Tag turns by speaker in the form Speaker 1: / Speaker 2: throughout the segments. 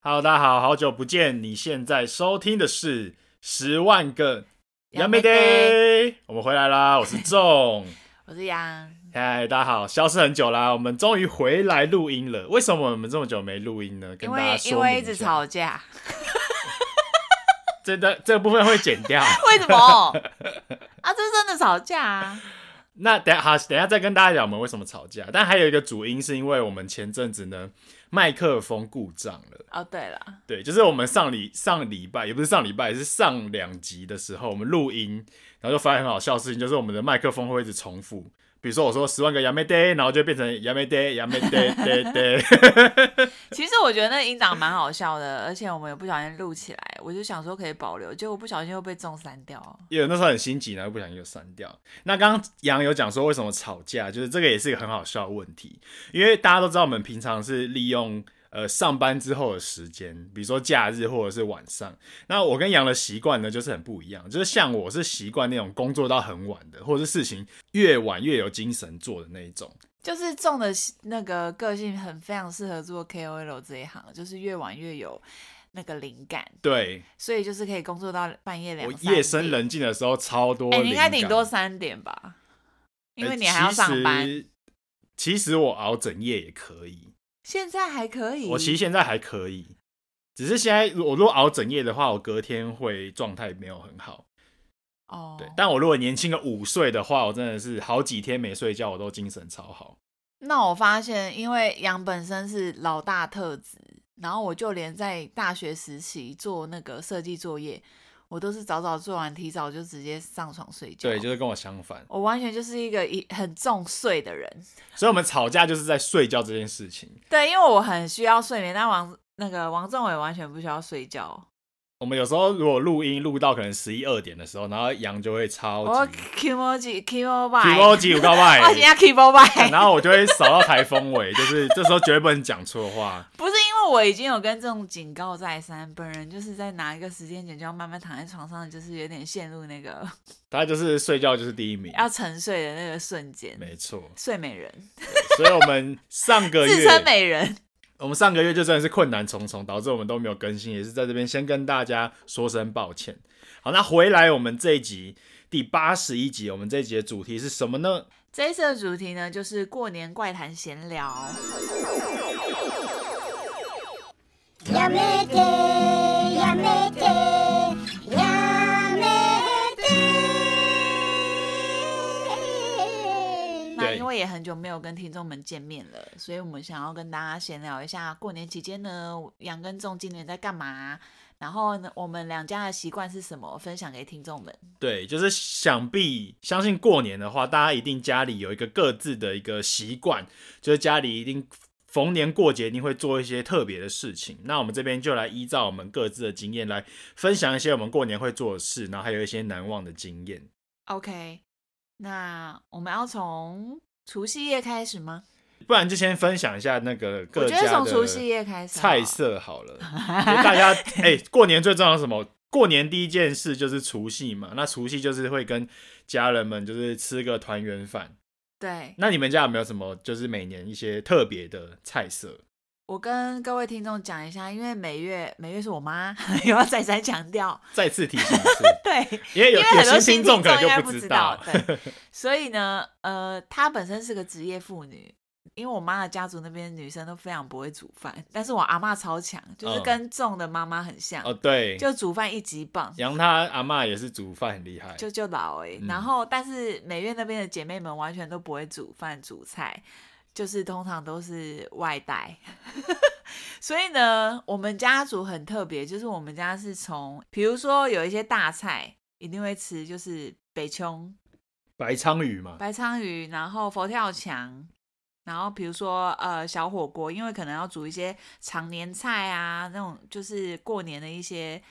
Speaker 1: Hello，大家好，好久不见！你现在收听的是《十万个 Day》，我们回来啦！我是仲，
Speaker 2: 我是杨，
Speaker 1: 嗨，大家好，消失很久啦，我们终于回来录音了。为什么我们这么久没录音呢？跟
Speaker 2: 因
Speaker 1: 大家
Speaker 2: 为
Speaker 1: 说
Speaker 2: 因
Speaker 1: 明
Speaker 2: 为一直
Speaker 1: 下，
Speaker 2: 吵架，
Speaker 1: 这段这部分会剪掉。
Speaker 2: 为什么？ 啊，这是真的吵架啊！
Speaker 1: 那等一下好，等一下再跟大家讲我们为什么吵架。但还有一个主因是因为我们前阵子呢麦克风故障了。
Speaker 2: 哦，对了，
Speaker 1: 对，就是我们上礼上礼拜也不是上礼拜，是上两集的时候，我们录音，然后就发现很好笑的事情，就是我们的麦克风会一直重复。比如说我说十万个 y a m 然后就变成 y a m day y a m day day day，
Speaker 2: 其实我觉得那个音档蛮好笑的，而且我们也不小心录起来，我就想说可以保留，结果不小心又被中删掉了。
Speaker 1: 因为那时候很心急，然后不小心就删掉。那刚刚杨有讲说为什么吵架，就是这个也是一个很好笑的问题，因为大家都知道我们平常是利用。呃，上班之后的时间，比如说假日或者是晚上，那我跟杨的习惯呢，就是很不一样。就是像我是习惯那种工作到很晚的，或者是事情越晚越有精神做的那一种。
Speaker 2: 就是中的那个个性很非常适合做 KOL 这一行，就是越玩越有那个灵感，
Speaker 1: 对
Speaker 2: 所以就是可以工作到半夜两
Speaker 1: 我
Speaker 2: 三点。
Speaker 1: 夜深人静的时候超多
Speaker 2: 哎、
Speaker 1: 灵感，
Speaker 2: 你应该顶多三点吧，因为
Speaker 1: 呃
Speaker 2: 你还要上班。
Speaker 1: 其实其实我熬整夜也可以，
Speaker 2: 现在还可以，
Speaker 1: 我其实现在还可以，只是现在如我如果熬整夜的话，我隔天会状态没有很好。
Speaker 2: 哦，
Speaker 1: 对，但我如果年轻个五岁的话，我真的是好几天没睡觉，我都精神超好。
Speaker 2: 那我发现，因为杨本身是老大特质，然后我就连在大学时期做那个设计作业，我都是早早做完，提早就直接上床睡觉。
Speaker 1: 对，就是跟我相反，
Speaker 2: 我完全就是一个一很重睡的人。
Speaker 1: 所以我们吵架就是在睡觉这件事情。
Speaker 2: 对，因为我很需要睡眠，但王那个王政伟完全不需要睡觉，
Speaker 1: 我们有时候如果录音录到可能十一二点的时候，然后杨就会超
Speaker 2: 我
Speaker 1: 级
Speaker 2: emoji
Speaker 1: i
Speaker 2: emoji，
Speaker 1: m o j 我告
Speaker 2: 我现
Speaker 1: 白，
Speaker 2: 在 k e m o j
Speaker 1: 然后我就会扫到台风尾，就是这时候绝对不能讲错话。
Speaker 2: 不是因为我已经有跟这种警告再三，本人就是在哪一个时间点就要慢慢躺在床上，就是有点陷入那个。
Speaker 1: 他就是睡觉就是第一名，
Speaker 2: 要沉睡的那个瞬间，
Speaker 1: 没错。
Speaker 2: 睡美人，
Speaker 1: 所以我们上个
Speaker 2: 自
Speaker 1: 月
Speaker 2: 称美人，
Speaker 1: 我们上个月就真的是困难重重，导致我们都没有更新，也是在这边先跟大家说声抱歉。好，那回来我们这一集第八十一集，我们这一集的主题是什么呢？
Speaker 2: 这一次的主题呢，就是过年怪谈闲聊。
Speaker 3: やめて、やめて、やめて。
Speaker 2: 那
Speaker 1: 对
Speaker 2: 因为也很久没有跟听众们见面了，所以我们想要跟大家闲聊一下过年期间呢，杨跟仲今年在干嘛？然后呢，我们两家的习惯是什么？分享给听众们。
Speaker 1: 对，就是想必相信过年的话，大家一定家里有一个各自的一个习惯，就是家里一定逢年过节一定会做一些特别的事情。那我们这边就来依照我们各自的经验来分享一些我们过年会做的事，然后还有一些难忘的经验。
Speaker 2: OK，那我们要从除夕夜开始吗？
Speaker 1: 不然就先分享一下那个
Speaker 2: 我
Speaker 1: 各
Speaker 2: 觉得
Speaker 1: 家
Speaker 2: 从
Speaker 1: 的
Speaker 2: 除夕夜开始好了
Speaker 1: 菜色好了， 因为大家哎、过年最重要是什么？过年第一件事就是除夕嘛，那除夕就是会跟家人们就是吃个团圆饭。
Speaker 2: 对，
Speaker 1: 那你们家有没有什么就是每年一些特别的菜色？
Speaker 2: 我跟各位听众讲一下，因为每月每月是我妈， 又要再三强调，
Speaker 1: 再次提醒一 次，
Speaker 2: 对，
Speaker 1: 因为
Speaker 2: 因
Speaker 1: 有
Speaker 2: 为很
Speaker 1: 有
Speaker 2: 多
Speaker 1: 新
Speaker 2: 新
Speaker 1: 听众可能
Speaker 2: 应该
Speaker 1: 就
Speaker 2: 不
Speaker 1: 知
Speaker 2: 道。
Speaker 1: 道，
Speaker 2: 对，所以呢，呃，她本身是个职业妇女，因为我妈的家族那边女生都非常不会煮饭，但是我阿嬷超强，就是
Speaker 1: 嗯
Speaker 2: 跟仲的妈妈很像，
Speaker 1: 哦，对，
Speaker 2: 就煮饭一级棒，
Speaker 1: 杨他阿嬷也是煮饭很厉害，
Speaker 2: 就就老哎、
Speaker 1: 嗯
Speaker 2: 然后，但是美院那边的姐妹们完全都不会煮饭煮菜，就是通常都是外带。 所以呢，我们家族很特别，就是我们家是从，比如说有一些大菜一定会吃，就是北琼、
Speaker 1: 白鲳鱼嘛，
Speaker 2: 白鲳鱼，然后佛跳墙，然后比如说呃小火锅，因为可能要煮一些常年菜啊，那种就是过年的一些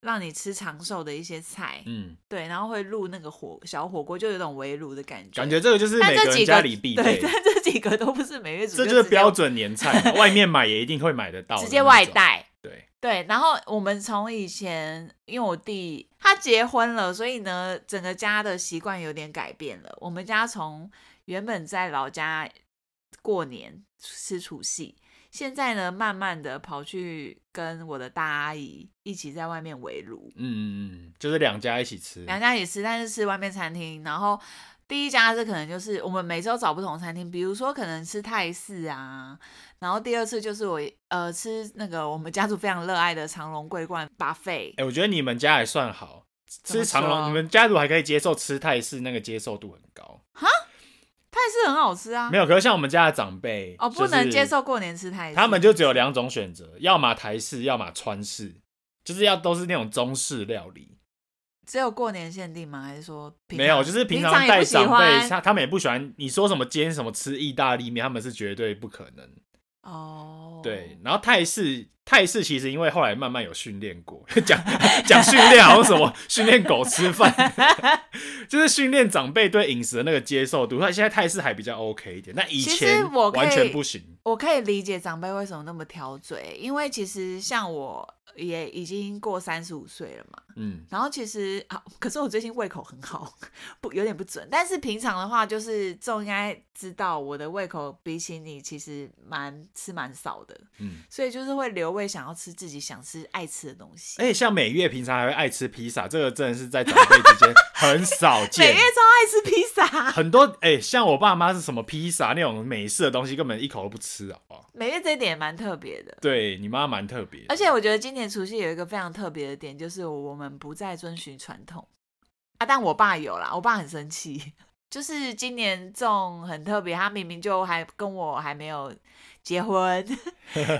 Speaker 2: 让你吃长寿的一些菜，
Speaker 1: 嗯，
Speaker 2: 对，然后会录那个火小火锅，就有种围炉的感觉。
Speaker 1: 感觉这个就是
Speaker 2: 但
Speaker 1: 每
Speaker 2: 这
Speaker 1: 个
Speaker 2: 几
Speaker 1: 人家里必
Speaker 2: 对，
Speaker 1: 备，
Speaker 2: 但这几个都不是每月煮，
Speaker 1: 这就是
Speaker 2: 直接
Speaker 1: 标，准啊年菜 嘛，外面买也一定会买得到，
Speaker 2: 直接外。带。
Speaker 1: 对，
Speaker 2: 对，然后我们从以前，因为我弟他结婚了，所以呢，整个家的习惯有点改变了。我们家从原本在老家过年吃除夕，现在呢，慢慢的跑去跟我的大阿姨一起在外面围炉，
Speaker 1: 嗯，嗯嗯，就是两家一起吃，
Speaker 2: 两家也吃，但是吃外面餐厅。然后第一家是可能就是我们每周找不同的餐厅，比如说可能吃泰式啊，然后第二次就是我呃吃那个我们家族非常热爱的长隆桂冠 buffet，
Speaker 1: 哎、我觉得你们家还算好，
Speaker 2: 怎么
Speaker 1: 吃长
Speaker 2: 说
Speaker 1: 隆，你们家族还可以接受吃泰式，那个接受度很高。
Speaker 2: 泰式很好吃啊
Speaker 1: 没。有，可是像我们家的长辈，
Speaker 2: 哦，
Speaker 1: 就
Speaker 2: 不
Speaker 1: 是
Speaker 2: 能接受过年吃泰式，
Speaker 1: 他们就只有两种选择，要么台式，要么川式，就是要都是那种中式料理。
Speaker 2: 只有过年限定吗？还是说平
Speaker 1: 没
Speaker 2: 常
Speaker 1: 有，就是
Speaker 2: 平
Speaker 1: 常
Speaker 2: 也
Speaker 1: 带
Speaker 2: 不喜
Speaker 1: 长辈，
Speaker 2: 欢
Speaker 1: 他他们也不喜欢你说什么今天什么吃意大利面，他们是绝对不可能。
Speaker 2: 哦，
Speaker 1: 对，然后泰式泰式其实因为后来慢慢有训练过，讲讲训练好像什么训练狗吃 饭，就是训练长辈对饮食的那个接受度。他现在泰式还比较 OK 一点，那以
Speaker 2: 其实
Speaker 1: 前
Speaker 2: 我可以
Speaker 1: 完全不行。
Speaker 2: 我可以理解长辈为什么那么挑嘴，因为其实像我也已经过三十五岁了嘛，
Speaker 1: 嗯，
Speaker 2: 然后其实啊，可是我最近胃口很好，不有点不准。但是平常的话，就是众应该知道我的胃口比起你其实蛮吃蛮少的，
Speaker 1: 嗯，
Speaker 2: 所以就是会留胃想要吃自己想吃爱吃的东西。
Speaker 1: 而且哎像美月平常还会爱吃披萨，这个真的是在长辈之间很少
Speaker 2: 每
Speaker 1: 见
Speaker 2: 月。超爱吃披萨，
Speaker 1: 很多哎、像我爸妈是什么披萨那种美式的东西，根本一口都不吃，好不好？
Speaker 2: 每月这一点也蛮特别的。
Speaker 1: 对你妈蛮特别的，
Speaker 2: 而且我觉得今年除夕有一个非常特别的点，就是我们不再遵循传统啊。但我爸有啦，我爸很生气，就是今年中很特别，他明明就还跟我还没有结 婚，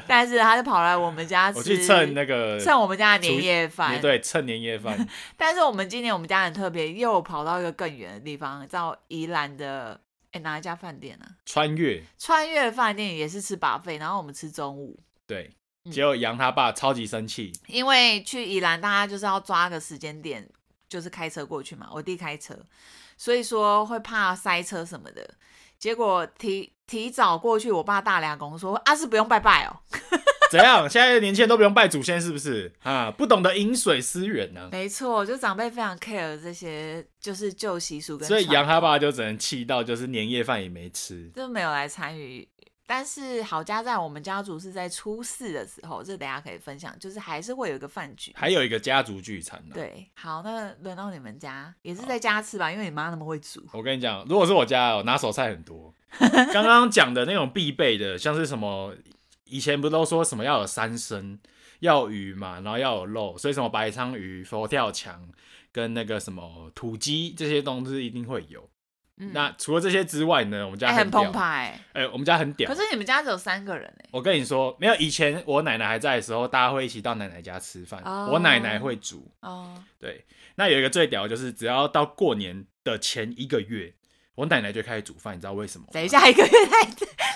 Speaker 2: 但是他就跑来我们家吃，
Speaker 1: 我去蹭那个
Speaker 2: 蹭我们家的
Speaker 1: 除
Speaker 2: 年夜饭。
Speaker 1: 对，蹭年夜 饭，
Speaker 2: 但是我们今年我们家很特别，又跑到一个更远的地方，到宜兰的哎哪一家饭店啊？
Speaker 1: 穿越
Speaker 2: 穿越饭店也是吃把费，然后我们吃中午。
Speaker 1: 对，
Speaker 2: 嗯
Speaker 1: 结果杨他爸超级生气，
Speaker 2: 因为去宜兰，大家就是要抓个时间点，就是开车过去嘛。我弟开车，所以说会怕塞车什么的。结果提提早过去，我爸大俩公说啊是不用拜拜哦，
Speaker 1: 怎样？现在的年轻人都不用拜祖先是不是啊？不懂得饮水思源呢、
Speaker 2: 没错，就长辈非常 care 这些，就是旧习俗跟
Speaker 1: 所以
Speaker 2: 传
Speaker 1: 杨他爸就只能气到就是年夜饭也没吃。
Speaker 2: 就没有来参与。但是好家在我们家族是在初四的时候，这等一下可以分享，就是还是会有一个饭局。
Speaker 1: 还有一个家族聚餐呢、，
Speaker 2: 对，好，那轮到你们家，也是在家吃吧，因为你妈那么会煮。
Speaker 1: 我跟你讲，如果是我家哦，拿手菜很 多。刚刚讲的那种必备的，像是什么，以前不都说什么要有三牲，要有鱼嘛，然后要有肉，所以什么白鲳鱼、佛跳墙跟那个什么土鸡这些东西一定会有。
Speaker 2: 嗯
Speaker 1: 那除了这些之外呢，我们家
Speaker 2: 哎很
Speaker 1: 屌
Speaker 2: 澎湃、
Speaker 1: 哎、我们家很屌。
Speaker 2: 可是你们家只有三个人哎、
Speaker 1: 我跟你说，没有以前我奶奶还在的时候，大家会一起到奶奶家吃饭。
Speaker 2: 哦
Speaker 1: 我奶奶会煮，
Speaker 2: 哦，
Speaker 1: 对。那有一个最屌的就是，只要到过年的前一个月，我奶奶就开始煮饭，你知道为什么吗？
Speaker 2: 等一，下一个月太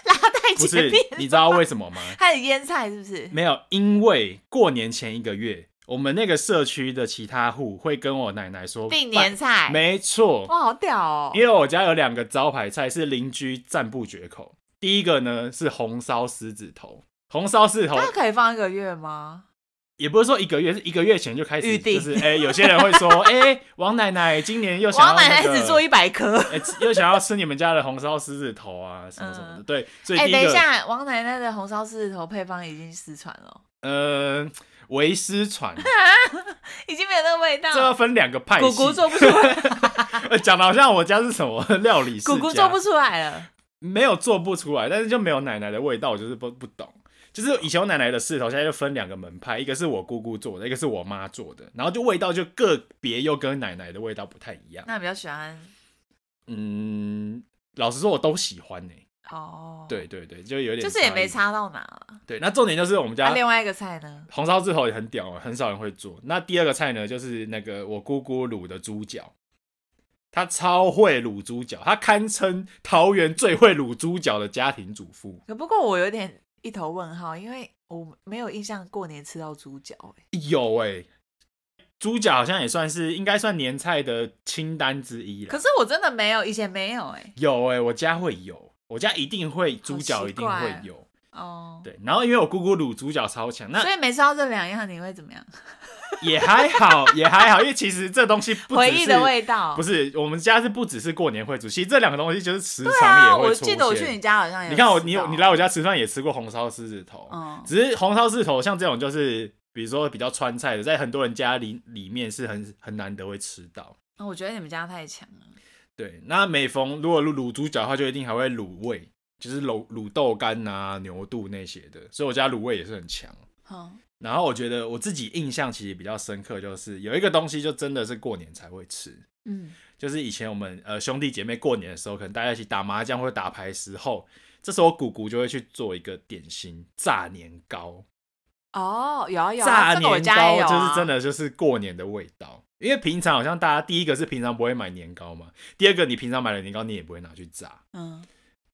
Speaker 2: 拉太
Speaker 1: 不
Speaker 2: 前
Speaker 1: 是
Speaker 2: 面，，
Speaker 1: 你知道为什么吗？
Speaker 2: 还有腌菜是不是？
Speaker 1: 没有，因为过年前一个月，我们那个社区的其他户会跟我奶奶说
Speaker 2: 订年菜，
Speaker 1: 没错，
Speaker 2: 哇，好屌哦！
Speaker 1: 因为我家有两个招牌菜是邻居赞不绝口。第一个呢是红烧狮子头，红烧狮子头
Speaker 2: 那可以放一个月吗？
Speaker 1: 也不是说一个月，是一个月前就开
Speaker 2: 预
Speaker 1: 始，
Speaker 2: 定
Speaker 1: 就是哎、有些人会说， 哎、王奶奶今年又想要、
Speaker 2: 王
Speaker 1: 那
Speaker 2: 奶
Speaker 1: 个、
Speaker 2: 奶只做一百颗。
Speaker 1: 哎、又想要吃你们家的红烧狮子头啊，什么什么的。
Speaker 2: 嗯
Speaker 1: 对，所以
Speaker 2: 哎、
Speaker 1: 第一个，
Speaker 2: 等一下，王奶奶的红烧狮子头配方已经失传了，
Speaker 1: 呃，为师 传，
Speaker 2: 已经没有那个味道
Speaker 1: 这。要分两个派系。 呃
Speaker 2: 姑姑做不出 来，
Speaker 1: 讲的好像我家是什 么料理世家，
Speaker 2: 姑姑做不出来了。
Speaker 1: 没有做不出来，但是就没有奶奶的味道，我就是不不懂。就是以前我奶奶的狮子头，现在就分两个门派，一个是我姑姑做的，一个是我妈做的，然后就味道就个别又跟奶奶的味道不太一样。
Speaker 2: 那比较喜欢
Speaker 1: 嗯，老实说，我都喜欢呢、
Speaker 2: 哦，，
Speaker 1: 对对对，就有点
Speaker 2: 就是也没
Speaker 1: 差
Speaker 2: 差到啊哪了
Speaker 1: 异。。对，那重点就是我们
Speaker 2: 那、
Speaker 1: 家
Speaker 2: 另外一个菜呢？
Speaker 1: 红烧狮头也很屌、啊，很少人会做。那第二个菜呢，就是那个我姑姑卤的猪脚，她超会卤猪脚，她堪称桃园最会卤猪脚的家庭主妇。
Speaker 2: 可不过我有点一头问号，因为我没有印象过年吃到猪脚、哎
Speaker 1: 有哎、猪脚好像也算是应该算年菜的清单之一了
Speaker 2: 可。是我真的没有，以前没有哎、
Speaker 1: 有哎、我家会有，我家一定会猪脚，一定
Speaker 2: 好奇
Speaker 1: 会
Speaker 2: 怪
Speaker 1: 有。
Speaker 2: 哦，
Speaker 1: 对，然后因为我姑姑卤猪脚超强，那
Speaker 2: 所以每次到这两样，你会怎么样？
Speaker 1: 也还好，也还好，因为其实这东西不
Speaker 2: 回
Speaker 1: 只
Speaker 2: 忆
Speaker 1: 是
Speaker 2: 的味道。
Speaker 1: 不是我们家是不只是过年会煮，其实这两个东西就是时
Speaker 2: 对啊，
Speaker 1: 常也
Speaker 2: 我
Speaker 1: 会出
Speaker 2: 记
Speaker 1: 现。
Speaker 2: 得我去你家好像也
Speaker 1: 你看我，你
Speaker 2: 有
Speaker 1: 有
Speaker 2: 吃到
Speaker 1: 你来我家吃饭也吃过红烧狮子头，
Speaker 2: 嗯
Speaker 1: 只是红烧狮子头像这种就是比如说比较川菜的，在很多人家里里面是很很难得会吃到。
Speaker 2: 啊我觉得你们家太强了。
Speaker 1: 对，那每逢如果卤卤猪脚的话，就一定还会卤味，就是卤卤豆干啊、牛肚那些的，所以我家卤味也是很强。
Speaker 2: 嗯，
Speaker 1: 然后我觉得我自己印象其实比较深刻，就是有一个东西就真的是过年才会吃，
Speaker 2: 嗯，
Speaker 1: 就是以前我们呃兄弟姐妹过年的时候，可能大家一起打麻将或者打牌时候，这时候姑姑就会去做一个点心炸年糕，
Speaker 2: 哦，有啊有啊，
Speaker 1: 炸
Speaker 2: 这个我
Speaker 1: 年
Speaker 2: 家也有、
Speaker 1: 糕
Speaker 2: 啊，
Speaker 1: 就是真的就是过年的味道。因为平常好像大家第一个是平常不会买年糕嘛，第二个你平常买了年糕你也不会拿去炸，
Speaker 2: 嗯，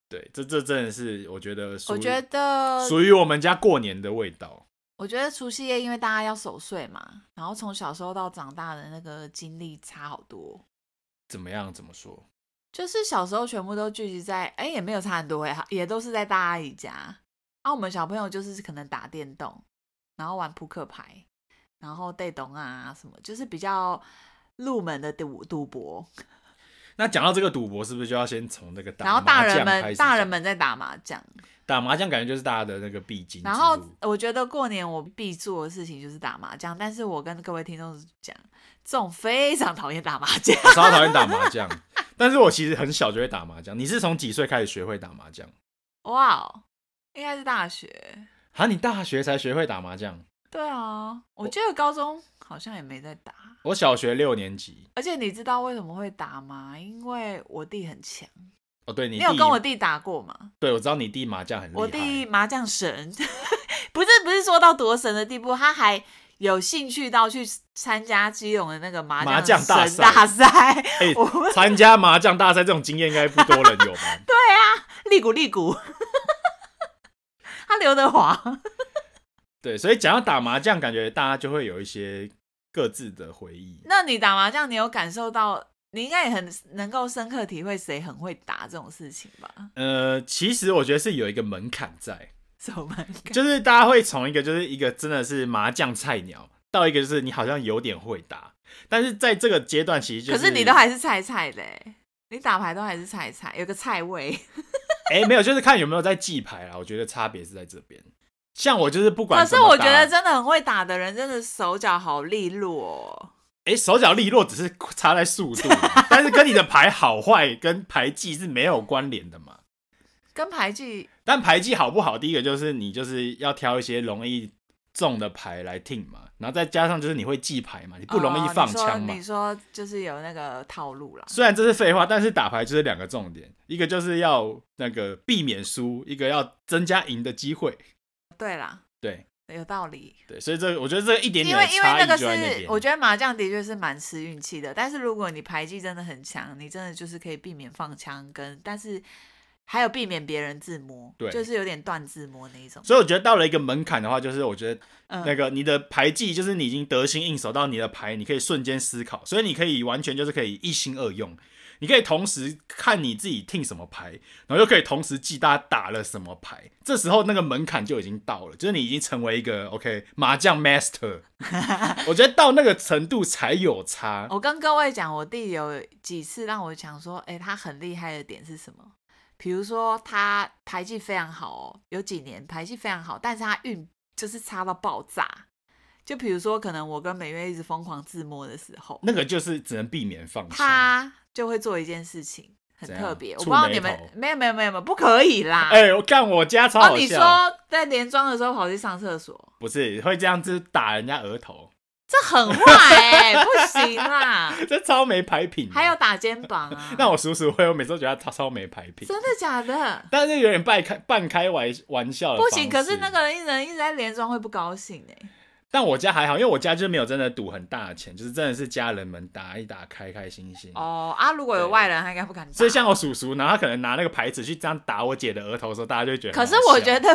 Speaker 1: 对，这这真的是我觉得属于
Speaker 2: 我觉得，
Speaker 1: 属于我们家过年的味道，
Speaker 2: 我觉得除夕夜因为大家要守岁嘛，然后从小时候到长大的那个经历差好多。
Speaker 1: 怎么样怎么说？
Speaker 2: 就是小时候全部都聚集在，哎、也没有差很多哎，也都是在大阿姨家。啊，我们小朋友就是可能打电动，然后玩扑克牌，然后对懂啊什么，就是比较入门的赌赌博。
Speaker 1: 那讲到这个赌博，是不是就要先从那个打
Speaker 2: 然后大
Speaker 1: 麻
Speaker 2: 人
Speaker 1: 将开
Speaker 2: 们
Speaker 1: 始
Speaker 2: 大
Speaker 1: 讲
Speaker 2: 人们在打麻将，
Speaker 1: 打麻将，感觉就是大家的那个必经之
Speaker 2: 然
Speaker 1: 路。
Speaker 2: 后我觉得过年我必做的事情就是打麻将，但是我跟各位听众讲，这种非常讨厌打麻将。
Speaker 1: 我超讨厌打麻将，但是我其实很小就会打麻将。你是从几岁开始学会打麻将？
Speaker 2: 哇哦，应该是大学。
Speaker 1: 啊，你大学才学会打麻将？
Speaker 2: 对啊，我记得高中好像也没在打。
Speaker 1: 我小学六年级。
Speaker 2: 而且你知道为什么会打吗？因为我弟很强。
Speaker 1: 哦，对
Speaker 2: 你
Speaker 1: 你
Speaker 2: 有
Speaker 1: 弟
Speaker 2: 跟我弟打过吗？
Speaker 1: 对，我知道你弟麻将很厉害。
Speaker 2: 我弟麻将神， 不是不是说到多神的地步，他还有兴趣到去参加基隆的那个麻
Speaker 1: 麻
Speaker 2: 将
Speaker 1: 将大
Speaker 2: 神大赛，
Speaker 1: 哎
Speaker 2: 我
Speaker 1: 参、加麻将大赛这种经验应该不多人有 吧？
Speaker 2: 利古利古。 他刘德华，
Speaker 1: 对，所以讲到打麻将，感觉大家就会有一些各自的回忆。
Speaker 2: 那你打麻将，你有感受到？你应该也很能够深刻体会谁很会打这种事情吧？
Speaker 1: 呃，其实我觉得是有一个门槛在，
Speaker 2: 什么感觉？
Speaker 1: 就是大家会从一个就是一个真的是麻将菜鸟，到一个就是你好像有点会打，但是在这个阶段其实、就
Speaker 2: 可是你都还是菜菜的欸，你打牌都还是菜菜，有个菜味。
Speaker 1: 哎、没有，就是看有没有在记牌啦。我觉得差别是在这边。像我就是不管
Speaker 2: 可
Speaker 1: 怎
Speaker 2: 是
Speaker 1: 么
Speaker 2: 我
Speaker 1: 打，
Speaker 2: 觉得真的很会打的人，真的手脚好利落、哦。
Speaker 1: 哎、手脚利落只是差在速 度嘛，但是跟你的牌好坏跟牌技是没有关联的嘛。
Speaker 2: 跟牌技，
Speaker 1: 但牌技好不好，第一个就是你就是要挑一些容易中的牌来听嘛，然后再加上就是你会记牌嘛，你不容易
Speaker 2: 哦
Speaker 1: 放枪嘛。
Speaker 2: 你说你说就是有那个套路啦。
Speaker 1: 虽然这是废话，但是打牌就是两个重点，一个就是要那个避免输，一个要增加赢的机会。
Speaker 2: 对啦，
Speaker 1: 对
Speaker 2: 有道理。
Speaker 1: 对，所以这我觉得这一点
Speaker 2: 因
Speaker 1: 点的
Speaker 2: 为因为
Speaker 1: 差
Speaker 2: 那
Speaker 1: 异
Speaker 2: 个
Speaker 1: 就在那边
Speaker 2: 是，。我觉得麻将的确是蛮吃运气的。但是如果你牌技真的很强，你真的就是可以避免放枪跟，但是还有避免别人自摸，
Speaker 1: 对
Speaker 2: 就是有点断自摸那一种。
Speaker 1: 所以我觉得到了一个门槛的话，就是我觉得
Speaker 2: 嗯
Speaker 1: 那个你的牌技，就是你已经得心应手到你的牌，你可以瞬间思考，所以你可以完全就是可以一心二用，你可以同时看你自己听什么牌，然后又可以同时记大家打了什么牌。这时候那个门槛就已经到了，就是你已经成为一个 OK 麻将 master。我觉得到那个程度才有 差。
Speaker 2: 我跟各位讲，我弟有几次让我想说，哎、他很厉害的点是什么？比如说他排技非常好哦，有几年排技非常好，但是他运就是差到爆炸。就比如说，可能我跟美月一直疯狂自摸的时候，
Speaker 1: 那个就是只能避免放松。
Speaker 2: 他就会做一件事情很
Speaker 1: 怎样
Speaker 2: 特别，我不
Speaker 1: 触
Speaker 2: 知道你
Speaker 1: 眉
Speaker 2: 们
Speaker 1: 头
Speaker 2: 没有没有没有没有不可以啦。
Speaker 1: 哎、我看我家超
Speaker 2: 哦，
Speaker 1: 好
Speaker 2: 你
Speaker 1: 笑，
Speaker 2: 说在连庄的时候跑去上厕所，
Speaker 1: 不是会这样子打人家额头，
Speaker 2: 这很坏哎、不行啦。
Speaker 1: 这超没牌品的。
Speaker 2: 还有打肩膀 啊，
Speaker 1: 那我叔叔会，我每次都觉得他超没牌品，
Speaker 2: 真的假的？
Speaker 1: 但是有点半开半开玩玩笑的
Speaker 2: 不
Speaker 1: 方式。
Speaker 2: 行，可是那个人一人一直在连庄会不高兴哎、
Speaker 1: 但我家还好，因为我家就没有真的赌很大的钱，就是真的是家人们打一打，开开心心。
Speaker 2: 哦啊，如果有
Speaker 1: 对
Speaker 2: 外人，他应该不敢打。
Speaker 1: 所以像我叔叔，然后他可能拿那个牌子去这样打我姐的额头的时候，大家就会觉得
Speaker 2: 可
Speaker 1: 很
Speaker 2: 是
Speaker 1: 好笑。
Speaker 2: 我 觉得，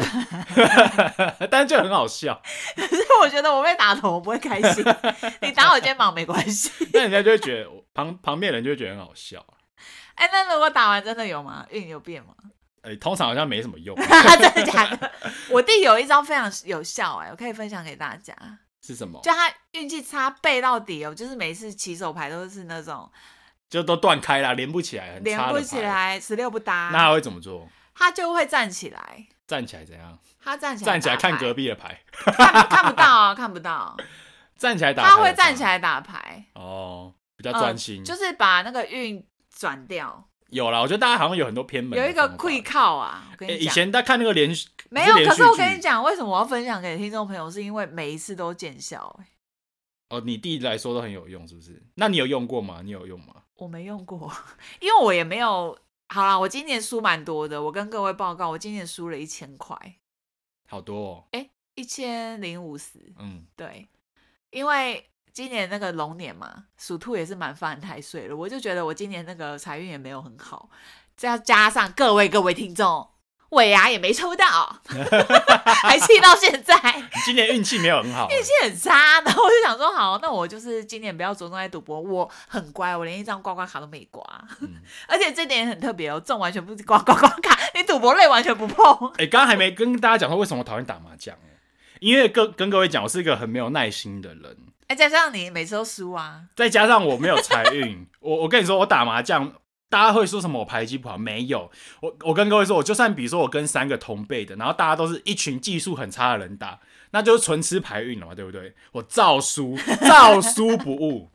Speaker 1: 得，但是就很好笑，
Speaker 2: 可是我觉得我被打头，我不会开 心。你打我肩膀没关 系。
Speaker 1: 那人家就会觉得旁旁边人就会觉得很好笑。
Speaker 2: 哎、那如果打完真的有吗？运有变 吗？
Speaker 1: 哎、通常好像没什么用。
Speaker 2: 欸真的假的？我弟有一招非常有效哎、我可以分享给大家。
Speaker 1: 是什么？
Speaker 2: 就他运气差背到底哦，就是每次起手牌都是那种
Speaker 1: 就都断开啦，连不起来，很
Speaker 2: 连
Speaker 1: 差的
Speaker 2: 不
Speaker 1: 牌
Speaker 2: 起。来，十六不
Speaker 1: 那
Speaker 2: 搭，
Speaker 1: 他会怎么做？
Speaker 2: 他就会站起来，
Speaker 1: 站起来怎样？
Speaker 2: 他站起来
Speaker 1: 站起来
Speaker 2: 打牌
Speaker 1: 看隔壁的牌，
Speaker 2: 看看不到啊，看不到，
Speaker 1: 站起来打牌的
Speaker 2: 他
Speaker 1: 牌。
Speaker 2: 会站起来打牌，
Speaker 1: 哦，比较专心。
Speaker 2: 嗯就是把那个运转掉，
Speaker 1: 有啦，我觉得大家好像有很多偏门的
Speaker 2: 有一
Speaker 1: 方法。
Speaker 2: 个 quick call 啊，我跟
Speaker 1: 欸
Speaker 2: 你
Speaker 1: 以
Speaker 2: 讲。
Speaker 1: 前在看那个连续，
Speaker 2: 没有，
Speaker 1: 连
Speaker 2: 可
Speaker 1: 续
Speaker 2: 是我跟
Speaker 1: 剧
Speaker 2: 你讲，为什么我要分享给听众朋友，是因为每一次都见效、欸，
Speaker 1: 哦，你弟来说都很有用，是不是？那你有用过吗？你有用吗？
Speaker 2: 我没用过，因为我也没有。好啦，我今年输蛮多的，我跟各位报告，我今年输了一千块，
Speaker 1: 好多哦，
Speaker 2: 一千零五十，
Speaker 1: 嗯，
Speaker 2: 对，因为今年那个龙年嘛，属兔也是蛮犯太岁了，我就觉得我今年那个财运也没有很好，再加上各位各位听众，尾牙也没抽到， 还气到现在，哎
Speaker 1: 你今年运气没有很好，啊
Speaker 2: 运气很差。然后我就想说，好，那我就是今年不要着重在赌博，我很乖，我连一张刮刮卡都没刮，
Speaker 1: 嗯
Speaker 2: 而且这点也很特别哦，中完全不是刮刮刮卡，你赌博类完全不碰。
Speaker 1: 哎、刚刚还没跟大家讲说为什么我讨厌打麻将、欸，因为跟跟各位讲，我是一个很没有耐心的人，
Speaker 2: 哎，加上你每次都输啊，
Speaker 1: 再加上我没有财 运，我我跟你说，我打麻将，大家会说什么我牌技不好？没有，我我跟各位说，我就算比如说我跟三个同辈的，然后大家都是一群技术很差的人打，那就是纯吃牌运了嘛，对不对？我照 输，照输不误。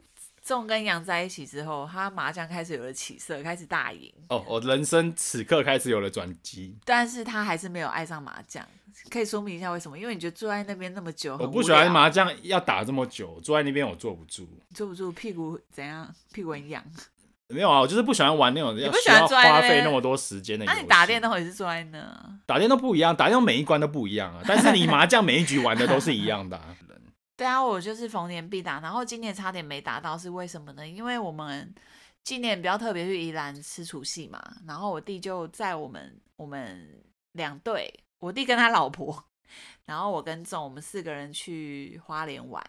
Speaker 2: 仲跟杨在一起之后，他麻将开始有了起色，开始大赢，
Speaker 1: 哦，我人生此刻开始有了转机。
Speaker 2: 但是他还是没有爱上麻将。可以说明一下为什么？因为你觉得坐在那边那么久，
Speaker 1: 我
Speaker 2: 很
Speaker 1: 不
Speaker 2: 无
Speaker 1: 喜欢
Speaker 2: 聊，
Speaker 1: 麻将，要打这么久，坐在那边我坐不住。
Speaker 2: 你坐不住，屁股怎样？屁股很痒。
Speaker 1: 没有啊，我就是不喜欢玩那种要
Speaker 2: 不喜
Speaker 1: 需
Speaker 2: 欢
Speaker 1: 要
Speaker 2: 坐在那
Speaker 1: 花费
Speaker 2: 边
Speaker 1: 那么多时间的游
Speaker 2: 那、
Speaker 1: 戏。
Speaker 2: 你打电动也是坐在那？
Speaker 1: 打电动不一样，打电动每一关都不一样啊。但是你麻将每一局玩的都是一样的、啊。
Speaker 2: 对啊，我就是逢年必打，然后今年差点没打到，是为什么呢？因为我们今年比较特别去宜兰吃除夕嘛，然后我弟就在我们我们两队，我弟跟他老婆，然后我跟仲，我们四个人去花莲玩。